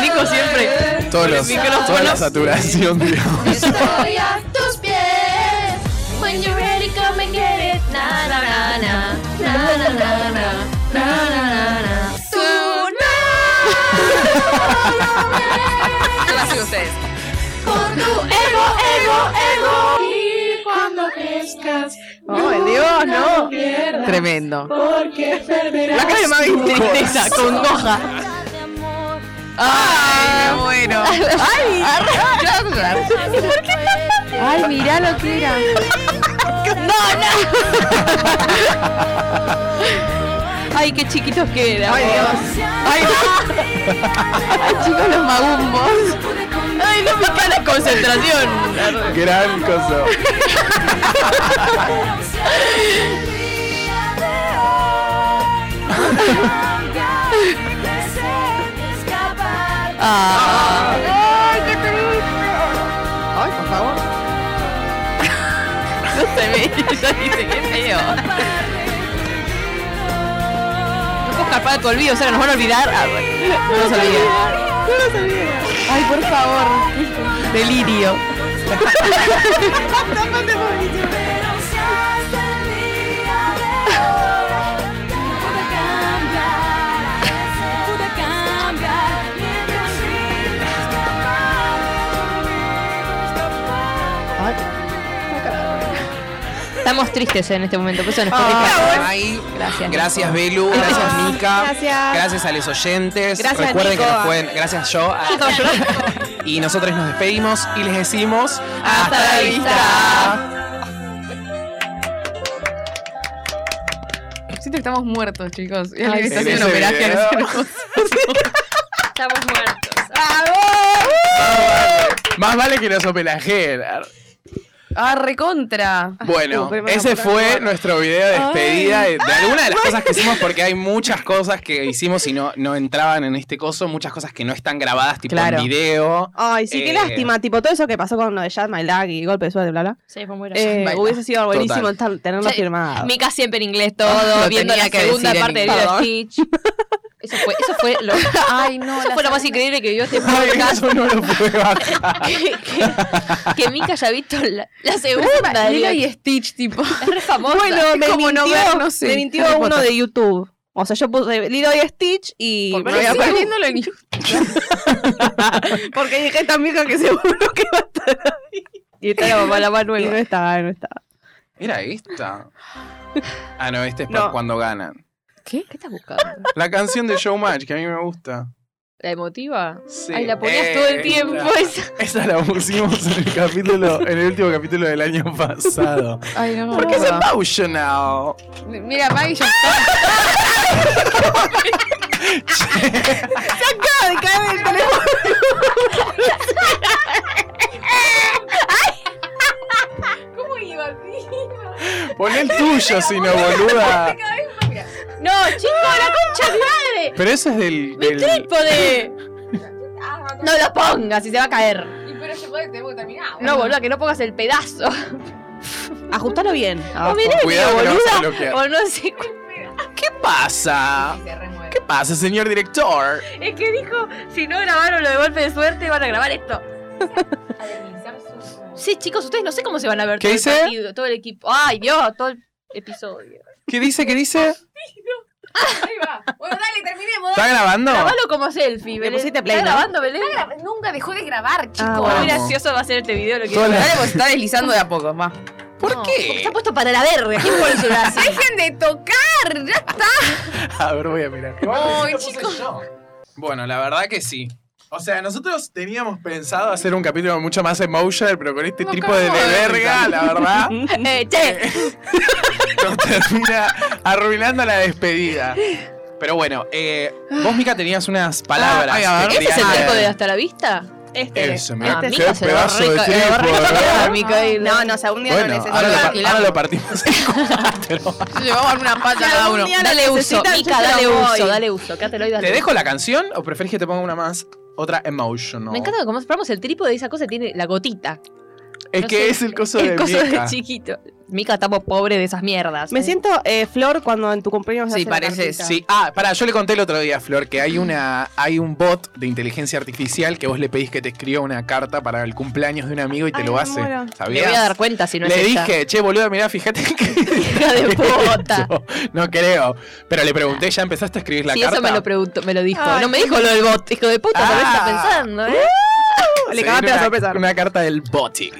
S2: Nico siempre.
S1: Todos los, toda la saturación, digamos.
S4: Estoy a tus pies. When you're ready, come and get it. Na, na, na, na. Na, na, na, na. Na, na, na, na.
S2: No la siguen ustedes.
S4: Con tu ego, ego, ego. Y cuando crezcas,
S3: ¡Ay, Dios, no!
S4: pierdas.
S2: Tremendo.
S4: Porque perderás.
S3: La cara de Mavi es tristeza, congoja.
S2: Ay, me muero. Ay,
S6: Ay, mirá lo que era.
S3: Ay, qué chiquitos que eran. Ay, Dios. Ay, chicos, los magumbos. Ay, no me cae la concentración.
S1: Gran cosa.
S3: Ay, qué triste. Ay, por favor. No se ve. Yo dije, qué feo. No puedo escapar de tu olvido, o sea, nos van a olvidar. Ah, bueno. No nos olviden. No nos olviden. Ay, por favor. Delirio.
S6: Estamos tristes en este momento, por eso nos
S1: Ay,
S6: Gracias.
S1: Ah. gracias Belu, gracias Mika,
S3: Gracias.
S1: gracias a los oyentes.
S3: Gracias,
S1: Recuerden que
S3: Nico.
S1: nos pueden, gracias yo. y nosotros nos despedimos y les decimos hasta, la vista.
S2: Siento que estamos muertos, chicos. Y
S6: Ay,
S2: alguien está
S1: sí.
S2: haciendo un
S1: En ese
S2: homenaje a
S1: video.
S2: nosotros.
S6: Estamos muertos.
S1: ¡Ah! Más vale que nos homenajeen.
S2: Ah, recontra.
S1: Bueno, ese fue nuestro video de despedida de, de algunas de las cosas que hicimos, porque hay muchas cosas que hicimos y no, no entraban en este coso, muchas cosas que no están grabadas, tipo
S2: Claro.
S1: en video.
S3: Ay, sí,
S1: Eh,
S3: qué lástima. Tipo, todo eso que pasó con lo de Jad My Lag y golpe de suerte, bla, bla.
S6: Sí, fue muy gracioso.
S3: Eh,
S2: Baila.
S3: hubiese sido buenísimo
S1: Total.
S3: estar- tenerlo
S6: Sí,
S3: firmado.
S6: Mika siempre en inglés
S2: Lo
S6: todo, viendo
S2: tenía
S6: la
S2: que
S6: segunda
S2: decir en
S6: parte de
S2: inglés.
S6: Lilo y Stitch. Eso fue, eso fue lo,
S2: Ay, no.
S6: eso fue lo más increíble que vio este
S1: Ay,
S6: podcast.
S1: eso no lo pude bajar.
S6: que, que, que Mika haya visto la, la segunda.
S2: Lilo
S6: digo,
S2: y Stitch, tipo.
S6: es re famosa.
S3: Bueno, me mintió,
S2: ¿Cómo no ver? No sé.
S3: me mintió
S2: Harry
S3: uno
S2: Potter.
S3: de YouTube. O sea, yo puse Lilo y Stitch y
S2: Por
S3: me
S2: menos
S3: voy a-
S2: sigue viéndolo en
S3: porque dije esta vieja que seguro que va a estar ahí".
S6: y está la mamá la más
S3: Y no
S6: nueva.
S3: estaba, no estaba.
S1: Mira esta. Ah, no, este es
S3: No.
S1: para cuando ganan.
S6: ¿Qué? ¿Qué estás buscando?
S1: La canción de Showmatch, que a mí me gusta.
S6: ¿La emotiva?
S1: Sí.
S6: Ay, la ponías todo el tiempo.
S1: Esa,
S6: esa.
S1: esa la pusimos en el capítulo, en el último capítulo del año pasado.
S2: Ay, no.
S1: Porque es emotional.
S2: Mira, Maggie ya está.
S3: ¡Acaba de caer el teléfono!
S1: Pon el tuyo, si no, boluda.
S6: No, chico, la concha de madre.
S1: Pero eso es del.
S6: ¡Mi
S1: del-
S6: trípode!
S2: Ah,
S6: No lo pongas y se va a caer.
S2: Pero se puede, tenemos que terminar.
S6: No, boluda, que no pongas el pedazo.
S3: Ajustalo bien.
S6: O mirá el
S1: cuidado
S6: video,
S1: que lo vas a
S6: boluda.
S1: bloquear.
S6: O no sé. cu-
S1: ¿Qué pasa? ¿Qué pasa, señor director?
S6: Es que dijo, si no grabaron lo de golpe de suerte, van a grabar esto. Sí, chicos, ustedes no sé cómo se van a ver
S1: ¿Qué
S6: todo
S1: hice?
S6: el partido, todo el equipo. Ay, Dios, todo el episodio.
S1: ¿Qué dice? ¿Qué dice?
S2: Ahí va. Bueno, dale, terminemos.
S1: ¿Está grabando?
S6: Grabalo como selfie,
S3: Le
S6: Belén.
S3: pusiste play,
S6: ¿Está
S3: ¿no?
S6: grabando, Belén?
S2: Nunca dejó de grabar, chicos.
S3: Ah,
S6: Muy
S1: bueno.
S6: gracioso va a ser este video. Lo que
S1: Todas las-
S2: Dale, pues está deslizando de a poco, va.
S1: ¿Por
S6: Porque
S1: qué?
S6: está puesto para la verga. ¿Quién pone el celular así?
S2: ¡Dejen de tocar! ¡Ya está!
S1: A ver, voy a mirar.
S2: Ay, chicos.
S1: Bueno, la verdad que sí. O sea, nosotros teníamos pensado hacer un capítulo mucho más emotional, pero con este
S2: No,
S1: tipo de, de
S2: ¿cómo?
S1: verga, la verdad.
S6: Eh, che,
S1: nos termina arruinando la despedida. Pero bueno, eh, vos, Mica, tenías unas
S6: Ah,
S1: palabras.
S5: ay, a ver.
S1: que
S6: ¿Ese es el
S1: querías-
S6: tiempo de hasta la vista?
S3: Este.
S1: Ese,
S6: Ah,
S1: mirá.
S6: Mica
S1: Qué
S6: se va
S1: pedazo de
S6: reca-
S1: tiempo,
S6: va reca-
S1: ¿verdad?
S6: Micaela.
S2: No, no, o sea, un día
S1: Bueno,
S2: lo necesito.
S1: ahora lo,
S2: lo
S1: pa-
S2: alquilamos.
S1: ahora lo partimos en cuatro.
S6: Llevamos una pata
S3: Si
S6: cada
S3: algún
S6: uno.
S3: día la
S6: Dale uso,
S3: necesitan, yo
S6: Mica,
S3: te la
S6: dale
S3: doy.
S6: uso, dale uso. Acá te lo doy, dale
S1: ¿Te
S6: uso.
S1: dejo la canción o preferís que te ponga una más? Otra emotional.
S6: Me encanta que como compramos el trípode de esa cosa tiene la gotita.
S1: Es
S6: no
S1: que
S6: sé,
S1: es el coso
S6: el
S1: de
S6: coso
S1: Mica.
S6: de chiquito. Mica, estamos pobres de esas mierdas.
S3: Me siento eh, Flor cuando en tu cumpleaños
S2: Sí,
S3: hace la
S2: parece-
S3: cartita.
S1: Sí, ah, pará, yo le conté el otro día, Flor, que hay una, hay un bot de inteligencia artificial que vos le pedís que te escriba una carta para el cumpleaños de un amigo y te
S3: Ay,
S1: lo
S3: me
S1: hace.
S3: muero.
S6: Le
S1: ¿Sabías?
S6: voy a dar cuenta si no
S1: Le
S6: es ella.
S1: dije, che, boludo, mirá, fíjate que.
S6: Hija de puta.
S1: No creo. Pero le pregunté, ¿ya empezaste a escribir la
S6: Sí,
S1: carta?
S6: eso me lo preguntó, me lo dijo.
S3: Ay,
S6: no me dijo lo del bot, hijo de puta, pero
S1: Ah.
S6: está pensando, ¿eh?
S1: Se
S3: Le cagaste
S1: viene
S3: la
S1: una-
S3: sorpresa.
S1: Una carta del boti.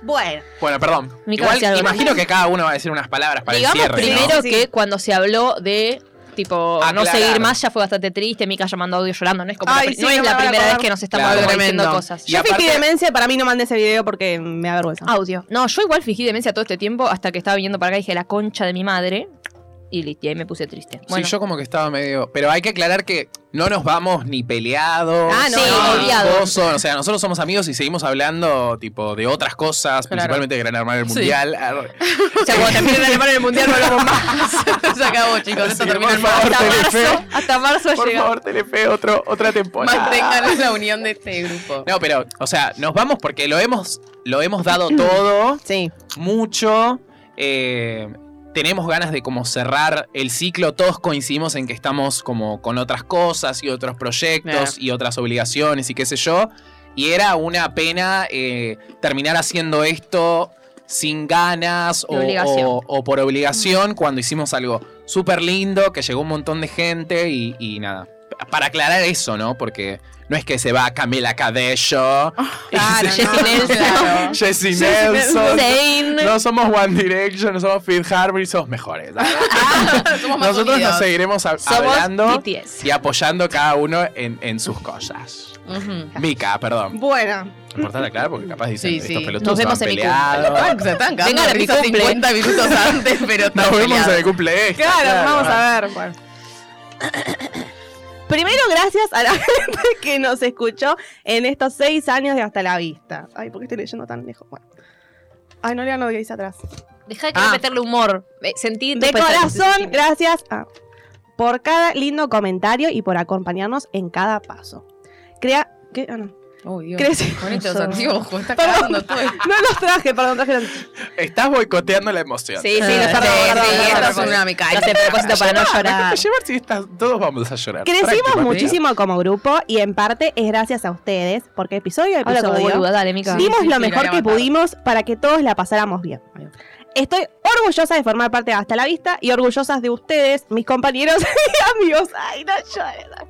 S3: Bueno.
S1: Bueno, perdón.
S6: Mica,
S1: Igual
S6: decí algo, ¿no?
S1: imagino que cada uno va a decir unas palabras Uh, para
S6: Digamos
S1: el cierre. ¿no?
S6: primero
S3: Sí, sí.
S6: que cuando se habló de tipo no
S1: Aclarar.
S6: seguir más ya fue bastante triste, Mica llamando audio llorando, no es como la
S3: Ay,
S6: pri-
S3: sí,
S6: no es
S3: no
S6: la
S3: me voy a
S6: primera vez
S3: acordar.
S6: que nos estamos
S1: Claro.
S6: como
S1: Tremendo.
S6: diciendo cosas.
S1: Y
S3: Yo
S1: aparte-
S3: fingí demencia, para mí no mandé ese video porque me avergüenza.
S6: Audio. No, yo igual fingí demencia todo este tiempo hasta que estaba viniendo para acá y dije la concha de mi madre. Y, li- y ahí me puse triste. Bueno,
S1: Sí, yo como que estaba medio. Pero hay que aclarar que no nos vamos ni peleados.
S6: Ah, no,
S1: ni
S6: no, odiados.
S1: amistosos. O sea, nosotros somos amigos y seguimos hablando, tipo, de otras cosas,
S6: Claro.
S1: principalmente de Gran Hermano del
S6: Sí.
S1: Mundial. Ar-
S6: o sea, cuando termine de alemán en el mundial no hablamos más. Se acabó, chicos. Esto
S1: Sí,
S6: termina
S1: por
S6: en marzo.
S1: favor,
S6: Hasta
S1: Telefe.
S6: marzo, hasta marzo
S1: Por
S6: llega.
S1: favor, Telefe, otro, otra temporada.
S2: Mantengan la unión de este grupo.
S1: No, pero, o sea, nos vamos porque lo hemos, lo hemos dado todo,
S3: Sí.
S1: mucho. eh, tenemos ganas de como cerrar el ciclo. Todos coincidimos en que estamos como con otras cosas y otros proyectos y otras obligaciones y qué sé yo. Y era una pena eh, terminar haciendo esto sin ganas o,
S6: Por obligación.
S1: o- o por obligación cuando hicimos algo súper lindo, que llegó un montón de gente y, y nada. Para aclarar eso, ¿no? Porque no es que se va Camila Cabello.
S2: Ah, Claro,
S1: Jessy
S2: no, claro.
S1: Jessie Nelson.
S6: Zane.
S1: No somos One Direction, no somos Fifth Harmony, somos mejores. ¿ah?
S2: Somos más
S1: Nosotros nos
S2: unidos.
S1: seguiremos a- hablando
S6: Somos BTS.
S1: y apoyando cada uno en, en sus cosas.
S2: Ujú.
S1: Mica, perdón.
S3: Bueno.
S1: Importante aclarar porque capaz dicen
S2: Sí, sí.
S1: estos pelotudos
S6: Nos
S1: se
S6: vemos
S1: van
S6: en mi
S1: peleados.
S2: Se están
S6: Venga,
S2: cagando de
S6: mi
S2: risa
S6: cumple.
S2: 50 minutos antes, pero
S1: Nos
S2: están
S1: vemos en
S2: peleados.
S1: el cumple de esta,
S3: Claro,
S1: claro.
S3: vamos a ver. bueno. Primero, gracias a la gente que nos escuchó en estos seis años de Hasta la Vista. Ay, ¿por qué estoy leyendo tan lejos? Bueno. Ay, no lean lo que dice atrás.
S6: Deja de
S1: Ah.
S6: querer meterle humor. Eh, Sentí en tus
S3: De
S6: pestañas.
S3: corazón, gracias a- por cada lindo comentario y por acompañarnos en cada paso. Crea... ¿Qué? Ah, no.
S2: Oh, Dios.
S3: Crece-
S2: Con estos
S3: Son-
S2: anteojos, está cagando todo. el-
S3: No los traje, perdón, traje los...
S1: Estás boicoteando la emoción.
S6: Sí,
S2: Sí,
S6: sí, lo está
S2: Ah, sí,
S6: robando.
S2: sí,
S1: perdón,
S2: esta es
S1: perdón.
S2: una
S6: Lo
S2: micaela.
S6: hace a propósito para no llorar.
S1: Déjate llevar si estás- todos vamos a llorar.
S3: Crecimos
S1: Prácticamente.
S3: muchísimo como grupo y en parte es gracias a ustedes, porque episodio a
S6: Habla como
S3: episodio
S6: boluda, dale, Mica.
S2: Sí.
S3: dimos lo mejor
S2: la
S3: que
S2: mataron.
S3: pudimos para que todos la pasáramos bien. Estoy orgullosa de formar parte de Hasta la Vista y orgullosas de ustedes, mis compañeros y amigos. Ay, no llores.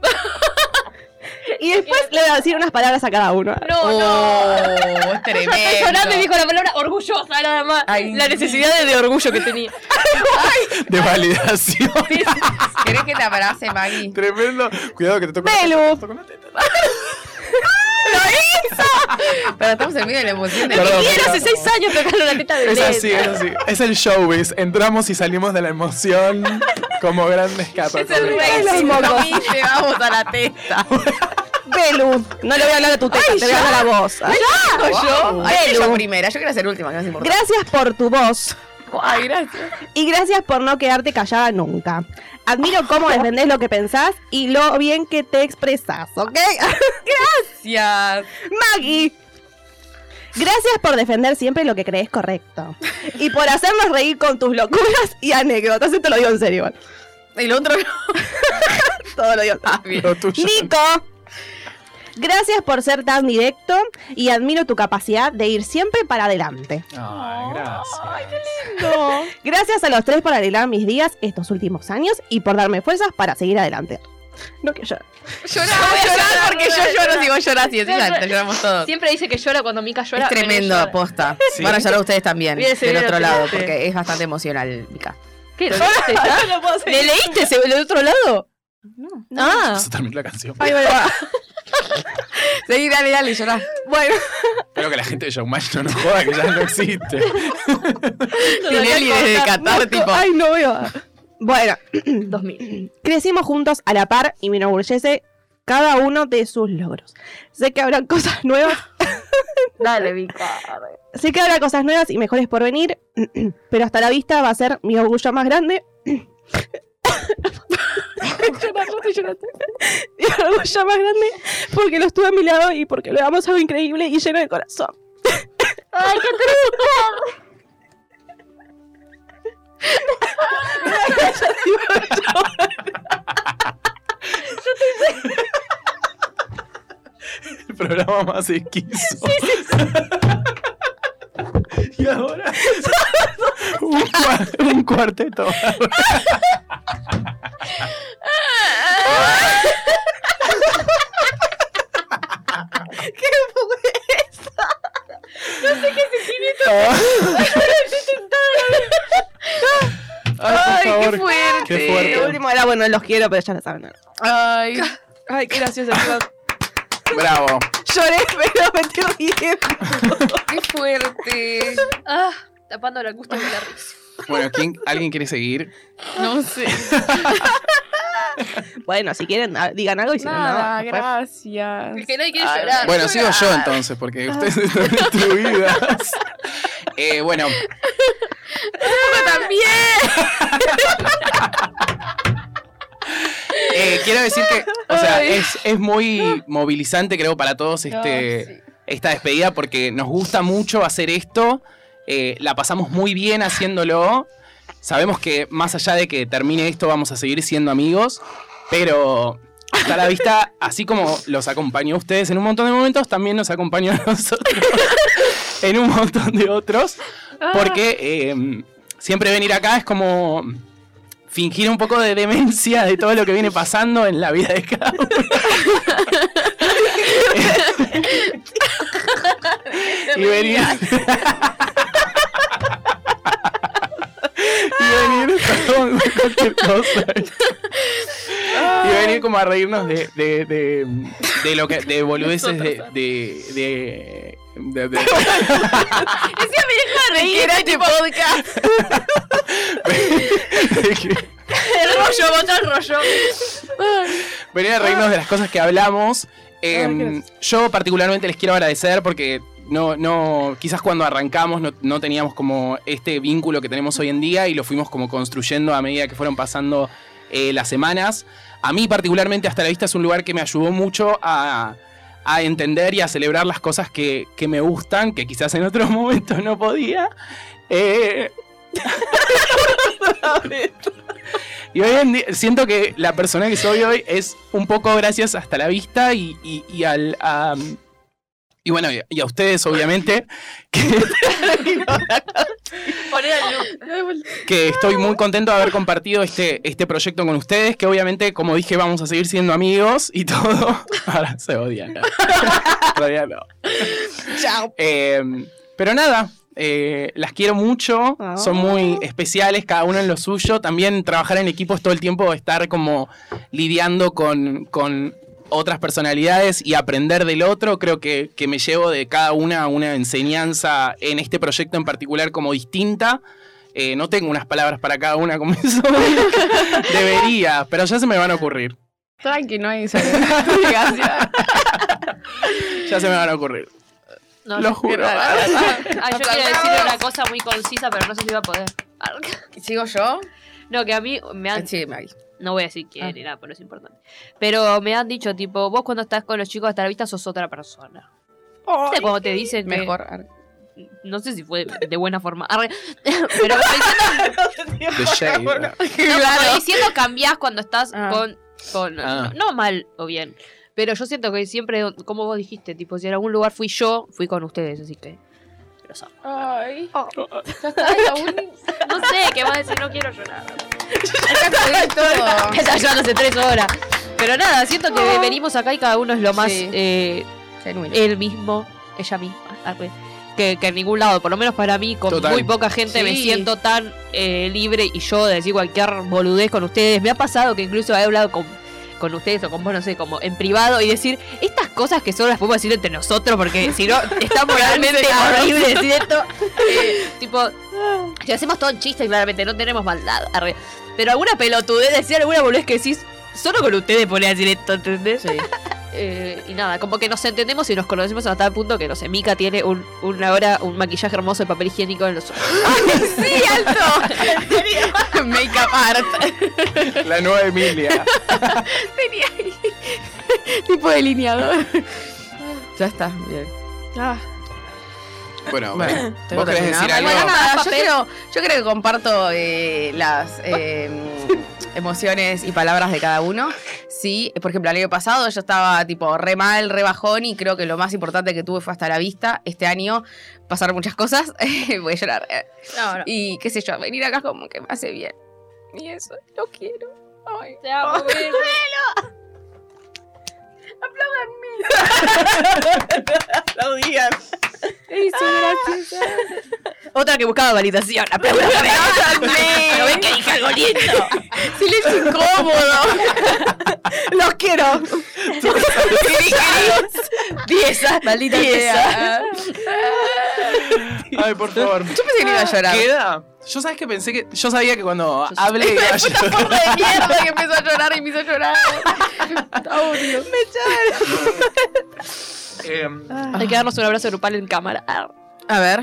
S3: Y después le voy a decir unas palabras a cada uno.
S6: No, no.
S2: Oh, es tremendo.
S6: Estoy llorando y dijo la palabra orgullosa, nada más.
S2: Ay.
S6: La necesidad de, de orgullo que tenía.
S1: De validación.
S2: ¿Querés que te abrace, Maggie?
S1: Tremendo. Cuidado que te toco. la
S3: Pelu.
S1: teta, te toco la teta.
S2: "Ah, Pero estamos en medio de la emoción de
S1: Perdón,
S6: Y era
S1: perdón.
S6: hace seis años tocarle la teta de
S1: Es
S6: Led.
S1: así, es así. Es el showbiz. Entramos y salimos de la emoción como grandes capas.
S2: Es el rey,
S3: Los
S2: si
S3: mocos.
S2: no llevamos a la testa.
S3: Belu, no le voy a hablar a tu teta, te voy a hablar a vos. ¿eh? Ay,
S2: Digo yo,
S1: Wow.
S2: ay, yo primera, yo quiero ser última, que no es importante.
S3: Gracias por tu voz.
S2: Ay, gracias.
S3: Y gracias por no quedarte callada nunca. Admiro cómo defendés lo que pensás y lo bien que te expresás, ¿ok?
S2: Gracias.
S3: Maggie. Gracias por defender siempre lo que crees correcto. Y por hacernos reír con tus locuras y anécdotas. Esto lo digo en serio. igual.
S2: El otro no.
S3: Todo lo digo.
S2: Ah, bien.
S1: Lo tuyo.
S3: Nico. Gracias por ser tan directo y admiro tu capacidad de ir siempre para adelante.
S1: Ay, gracias.
S3: Gracias a los tres por arreglar mis días estos últimos años y por darme fuerzas para seguir adelante. No que yo.
S2: Llorar, llorar, porque yo lloro si vos llorás y
S6: Llorar.
S2: encima te lloramos todos.
S6: Siempre dice que llora cuando Mica llora.
S2: Es
S6: menos
S2: tremendo,
S6: llora.
S2: posta.
S1: Sí.
S2: Van a llorar ustedes también,
S6: Bien, se
S2: del
S6: viene
S2: otro
S6: la
S2: lado,
S6: triste.
S2: porque es bastante emocional, Mica.
S6: ¿Qué? ¿Lo leíste ya? ¿Le leíste ese- el otro lado? No. Ah.
S1: Eso terminó la canción.
S3: Ay, bueno,
S2: Seguí, dale, dale, llorá.
S3: bueno.
S1: Pero Espero que la gente de Showmatch no nos joda que ya no existe.
S2: Tinelli desde Qatar,
S3: Marco,
S2: tipo.
S3: Ay, no veo. Bueno,
S6: 2000.
S3: crecimos juntos a la par y me enorgullece cada uno de sus logros. Sé que habrá cosas nuevas,
S6: Dale, Vika.
S3: sé que habrá cosas nuevas y mejores por venir, pero hasta la vista va a ser mi orgullo más grande. mi orgullo más grande porque lo estuve a mi lado y porque lo damos algo increíble y lleno de corazón.
S6: Ay, qué triste.
S1: El programa más esquizo. y ahora. un, cua- un cuarteto.
S2: Ay,
S1: Ah. Ay, por
S2: qué
S1: favor.
S2: fuerte.
S1: Qué fuerte.
S3: El último era bueno, los quiero, pero ya lo saben.
S2: Ay,
S3: Ay, qué gracioso.
S1: Bravo.
S3: Lloré, pero me tengo bien.
S2: qué fuerte.
S6: Ah, tapando la gusto de la risa.
S1: Bueno, ¿quién, ¿alguien quiere seguir?
S2: No sé.
S3: Bueno, si quieren, ah, digan algo y si no,
S4: Nada,
S3: no. después-
S4: gracias.
S6: Es que nadie quiere
S4: Ay,
S6: llorar.
S1: Bueno, sigo yo entonces, porque ustedes están destruidas. Eh, bueno,
S2: también.
S1: eh, quiero decir que, o sea, es, es muy movilizante, creo, para todos este, esta despedida porque nos gusta mucho hacer esto. eh, la pasamos muy bien haciéndolo. Sabemos que más allá de que termine esto, vamos a seguir siendo amigos. Pero hasta la vista, así como los acompañó a ustedes en un montón de momentos, también nos acompañó a nosotros en un montón de otros. Porque eh, siempre venir acá es como fingir un poco de demencia de todo lo que viene pasando en la vida de cada uno. y venir. y venir, perdón, cualquier cosa. y venir como a reírnos de, de, de, de lo que. de boludeces de. de, de, de- de-
S2: Reír este podcast.
S1: de que-
S2: El rollo, bota el rollo.
S1: venir a reírnos de las cosas que hablamos. Em, yo particularmente les quiero agradecer porque no, no, quizás cuando arrancamos no, no teníamos como este vínculo que tenemos hoy en día y lo fuimos como construyendo a medida que fueron pasando eh, las semanas. A mí particularmente hasta la vista es un lugar que me ayudó mucho a, a entender y a celebrar las cosas que, que me gustan, que quizás en otros momentos no podía. Eh, Y hoy en día siento que la persona que soy hoy es un poco gracias hasta la vista y, y- y al. a- y bueno, y a- y a ustedes, obviamente, que,
S6: Poner al look.
S1: que estoy muy contento de haber compartido este, este proyecto con ustedes, que obviamente, como dije, vamos a seguir siendo amigos y todo. Ahora se odian. ¿no? Todavía no.
S3: Chao.
S1: Eh, pero nada, eh, las quiero mucho,
S3: Ah.
S1: son muy especiales, cada uno en lo suyo. También trabajar en equipo es todo el tiempo estar como lidiando con, con otras personalidades y aprender del otro. Creo que, que me llevo de cada una una enseñanza en este proyecto en particular como distinta. Eh, no tengo unas palabras para cada una como eso. Debería, pero ya se me van a ocurrir.
S4: Tranqui, no hay obligación.
S1: Ya se me van a ocurrir.
S6: No,
S1: Lo
S6: yo-
S1: juro.
S6: Ah, yo quería decir una cosa muy concisa, pero no sé si iba a poder.
S2: ¿Sigo yo?
S6: No, que a mí me han
S2: Sí, Maggie.
S6: No voy a decir quién
S2: Ah.
S6: ni nada, pero es importante. Pero me han dicho, tipo, vos cuando estás con los chicos hasta la vista sos otra persona.
S3: Oh,
S6: O sea, cuando te dicen que-
S2: Mejor.
S6: no sé si fue de buena forma. Arre. pero como diciendo,
S1: The Shade.
S6: no, como diciendo cambiás cuando estás
S2: Ah.
S6: con. con
S1: Ah.
S6: no, mal o bien. Pero yo siento que siempre, como vos dijiste, tipo, si en algún lugar fui yo, fui con ustedes, así que. Los amo.
S4: Ay.
S6: No sé, ¿qué vas a decir? No quiero llorar.
S2: todo.
S6: Está llorando hace tres horas. Pero nada, siento que venimos acá y cada uno es lo más
S2: Sí.
S6: eh,
S2: Genuino.
S6: él mismo, ella misma, ah, pues, que, que en ningún lado, por lo menos para mí, con
S1: Total.
S6: muy poca gente me
S2: Sí.
S6: siento tan eh, libre y yo de decir cualquier boludez con ustedes. Me ha pasado que incluso he hablado con con ustedes o con vos, no sé, como en privado y decir estas cosas que solo las podemos decir entre nosotros porque si no está moralmente horrible decir esto. Eh, tipo, si hacemos todo en chiste, claramente no tenemos maldad. arre. Pero alguna pelotudez, decir alguna boludez que decís, solo con ustedes podés decir esto, ¿entendés? Eh, y nada, como que nos entendemos y nos conocemos hasta el punto que, no sé, Mika tiene un, una hora un maquillaje hermoso de papel higiénico en los ojos.
S2: ¡Sí, alto! Make up art.
S1: La nueva Emilia.
S6: Tenía ahí tipo delineador.
S2: Ya está, bien.
S3: Ah,
S1: Bueno,
S2: Bueno,
S1: ¿vos querés decir algo?
S2: Bueno, nada, yo
S6: Papel.
S2: creo, yo creo que comparto eh, las eh, emociones y palabras de cada uno. Sí, por ejemplo, el año pasado yo estaba tipo re mal, re bajón y creo que lo más importante que tuve fue hasta la vista. Este año pasaron muchas cosas, voy a llorar. eh,
S6: No, no.
S2: Y qué sé yo, venir acá como que me hace bien. Y eso, lo quiero. Ay,
S6: Te amo, Virgo.
S2: Otra que buscaba validación. Aplaudame. Pero ven que dije algo lindo. Silencio incómodo. Los quiero.
S6: ah,
S2: Dieza. Maldita sea.
S1: Ay, por favor.
S2: Yo pensé que no iba a llorar.
S1: ¿Queda? Yo sabes que pensé que. Yo sabía que cuando hablé iba a
S2: Puta
S1: llorar.
S2: forma de mierda que empezó a llorar y me hizo llorar.
S1: Em,
S6: Hay que darnos un abrazo grupal en cámara. Ah,
S2: A ver.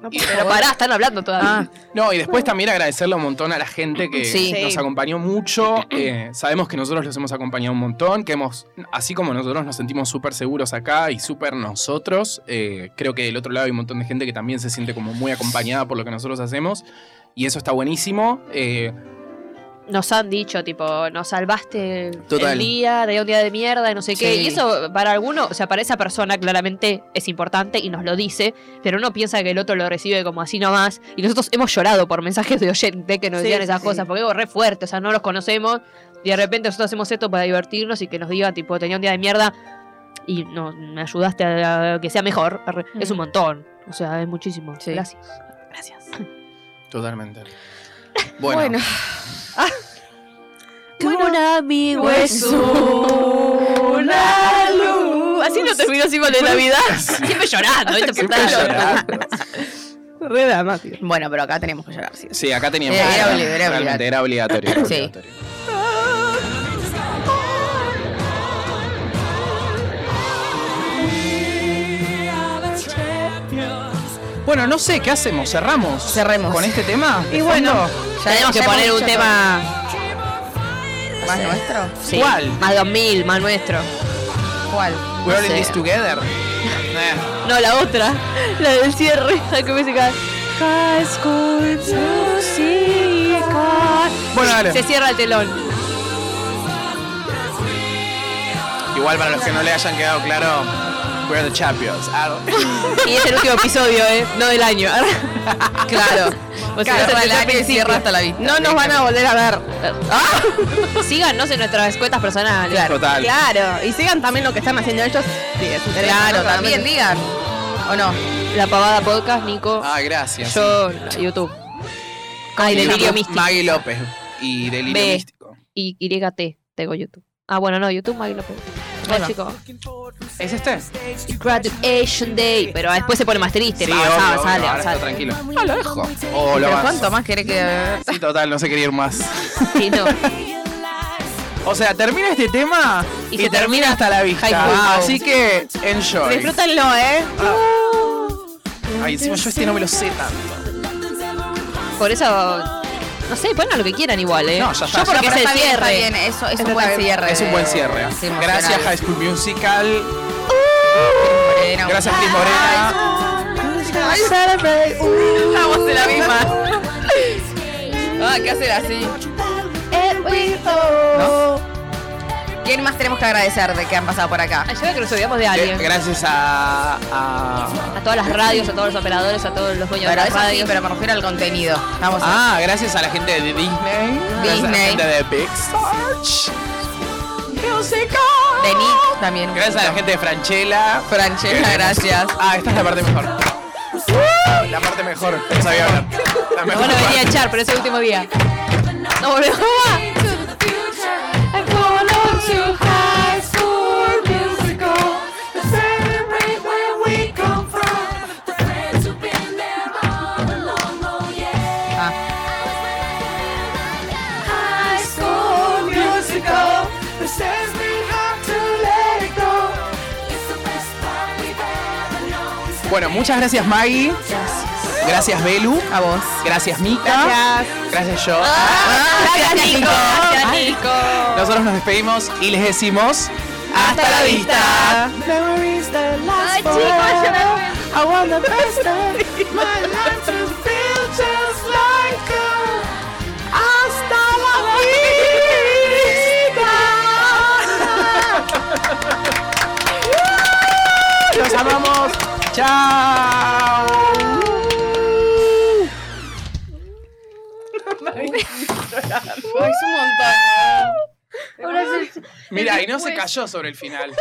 S6: Pero pará, están hablando
S2: Ah.
S6: todavía.
S1: No, y después también agradecerle un montón a la gente que
S2: Sí.
S1: nos
S3: Sí.
S1: acompañó mucho. Eh, sabemos que nosotros los hemos acompañado un montón, que hemos, así como nosotros nos sentimos súper seguros acá y súper nosotros, eh, creo que del otro lado hay un montón de gente que también se siente como muy acompañada por lo que nosotros hacemos. Y eso está buenísimo. Eh,
S6: Nos han dicho, tipo, nos salvaste
S1: Total.
S6: el día, de un día de mierda y no sé qué.
S2: Sí.
S6: Y eso para alguno, o sea, para esa persona claramente es importante y nos lo dice, pero uno piensa que el otro lo recibe como así nomás. Y nosotros hemos llorado por mensajes de oyente que nos
S3: Sí,
S6: digan esas
S3: sí,
S6: cosas, porque es re fuerte, o sea, no los conocemos. Y de repente nosotros hacemos esto para divertirnos y que nos digan, tipo, tenía un día de mierda y no, me ayudaste a, a que sea mejor. Arre, Es un
S2: Mm.
S6: montón, o sea, es muchísimo.
S2: Sí.
S6: Gracias.
S3: Gracias.
S1: totalmente. Bueno,
S2: Bueno.
S3: un amigo
S6: Pues
S2: Pues
S3: es una luz.
S6: Así no terminó así con la Navidad. Siempre llorando, ¿viste?
S1: siempre
S6: Puta,
S1: llorando.
S3: Re dramático.
S2: Bueno, pero acá tenemos que llorar, sí.
S1: Sí, acá teníamos.
S2: Era obli-
S1: realmente
S2: era
S1: era obligatorio.
S2: obligatorio.
S1: era
S2: Sí.
S1: obligatorio. Bueno, no sé, ¿qué hacemos? ¿Cerramos?
S2: Cerremos.
S1: ¿Con este tema?
S3: Y bueno,
S2: Ya
S6: Tenemos
S2: hemos-
S6: que
S2: ya
S6: poner
S2: hemos
S6: un
S2: dicho
S6: tema
S2: todo. ¿Más nuestro?
S6: sí,
S1: ¿Cuál?
S6: más 2000, más nuestro.
S2: ¿Cuál?
S1: We're in
S6: sé.
S1: this together. Eh,
S6: No, la otra, la del cierre, la que me se cae.
S3: High School Musical.
S1: Bueno, dale.
S6: Se cierra el telón.
S1: Igual para los que no le hayan quedado claro, we're the champions. Ah,
S6: Y es el último episodio, ¿eh? No del año.
S2: Claro. Pues
S6: O
S2: Claro,
S6: sea, desde
S2: el
S6: el
S2: año
S6: principio.
S2: cierra hasta la vista.
S3: No nos van a volver a ver.
S6: Ah. Síganos en nuestras cuentas personales.
S1: Total.
S3: Claro. Y sigan también lo que están haciendo ellos. Sí, es un
S2: Claro,
S3: teléfono,
S2: también digan. ¿O no?
S6: La pavada podcast, Nico,
S1: Ah, gracias.
S6: yo, YouTube. Ay,
S1: Y
S6: Delirio
S1: YouTube,
S6: Místico.
S1: Maggie López y Delirio
S6: Ve.
S1: Místico.
S6: Y YT, tengo YouTube. Ah, bueno, no, YouTube, Maggie López. Bueno, chicos.
S1: ¿Es este?
S6: Graduation Day. Pero después se pone más triste.
S1: Sí,
S6: más
S1: obvio,
S6: avanzada,
S1: obvio,
S6: sale,
S1: ahora está
S6: avanzada.
S1: tranquilo. Ah, lo dejo. Oh, lo
S2: ¿Pero
S1: vas.
S2: cuánto más querés que.?
S1: Sí, total, no se quería ir más.
S6: Sí, no.
S1: O sea, termina este tema y,
S6: Y
S1: se
S6: se
S1: termina,
S6: termina
S1: hasta la vista.
S6: High School Musical.
S1: así que, enjoy.
S3: Disfrútenlo, ¿eh?
S1: Ay, encima yo este no me lo sé tanto.
S6: Por eso, no sé, pongan lo que quieran igual, ¿eh?
S1: No, ya está,
S6: Yo
S1: ya
S6: porque
S2: Pero
S6: es el
S2: está bien, Este está
S6: cierre.
S2: bien, eso es un buen cierre.
S1: Es un buen cierre.
S2: Sí, emocional.
S1: Gracias High School Musical.
S2: Morena.
S1: Gracias Cris Morena.
S2: Estamos de la misma. Ah, ¿qué hacer así? ¿Quién más tenemos que agradecer de que han pasado por acá?
S6: Ay, yo creo Ah, que nos olvidamos de
S1: Eh,
S6: alguien.
S1: Gracias a, a-
S6: A todas las radios, a todos los operadores, a todos los dueños
S2: Pero
S6: de
S2: eso
S6: las
S2: sí,
S6: radios.
S2: pero me refiero al contenido. Vamos a.
S1: Ah, gracias a la gente de Disney. Gracias a la
S2: Disney.
S1: gente de Pixar.
S2: De Nick también. un
S1: Gracias a la gente de Franchella.
S2: poquito. Franchella, gracias.
S1: Ah, esta es la parte mejor.
S5: Uh.
S1: La parte mejor. No sabía hablar. La
S6: Nos
S1: mejor
S6: van a venir a
S1: parte.
S6: echar, pero es el último día. No volvemos más.
S4: Into the future and follow
S3: oh, says we have to let it go. It's the best one we've ever known.
S5: Bueno, muchas gracias Maggie. Gracias Belu. A vos. Gracias Mika. Gracias. Ah. yo.
S6: Gracias, Nico. Gracias, Nico.
S5: Nosotros nos despedimos y les decimos hasta la vista.
S3: Memories that last
S8: chicos, yo
S3: forever.
S8: me voy.
S3: I want the best of my life to feel just like a hasta la vida.
S5: Los amamos. Chao.
S6: Es un montón.
S5: Mira, y no se cayó sobre el final.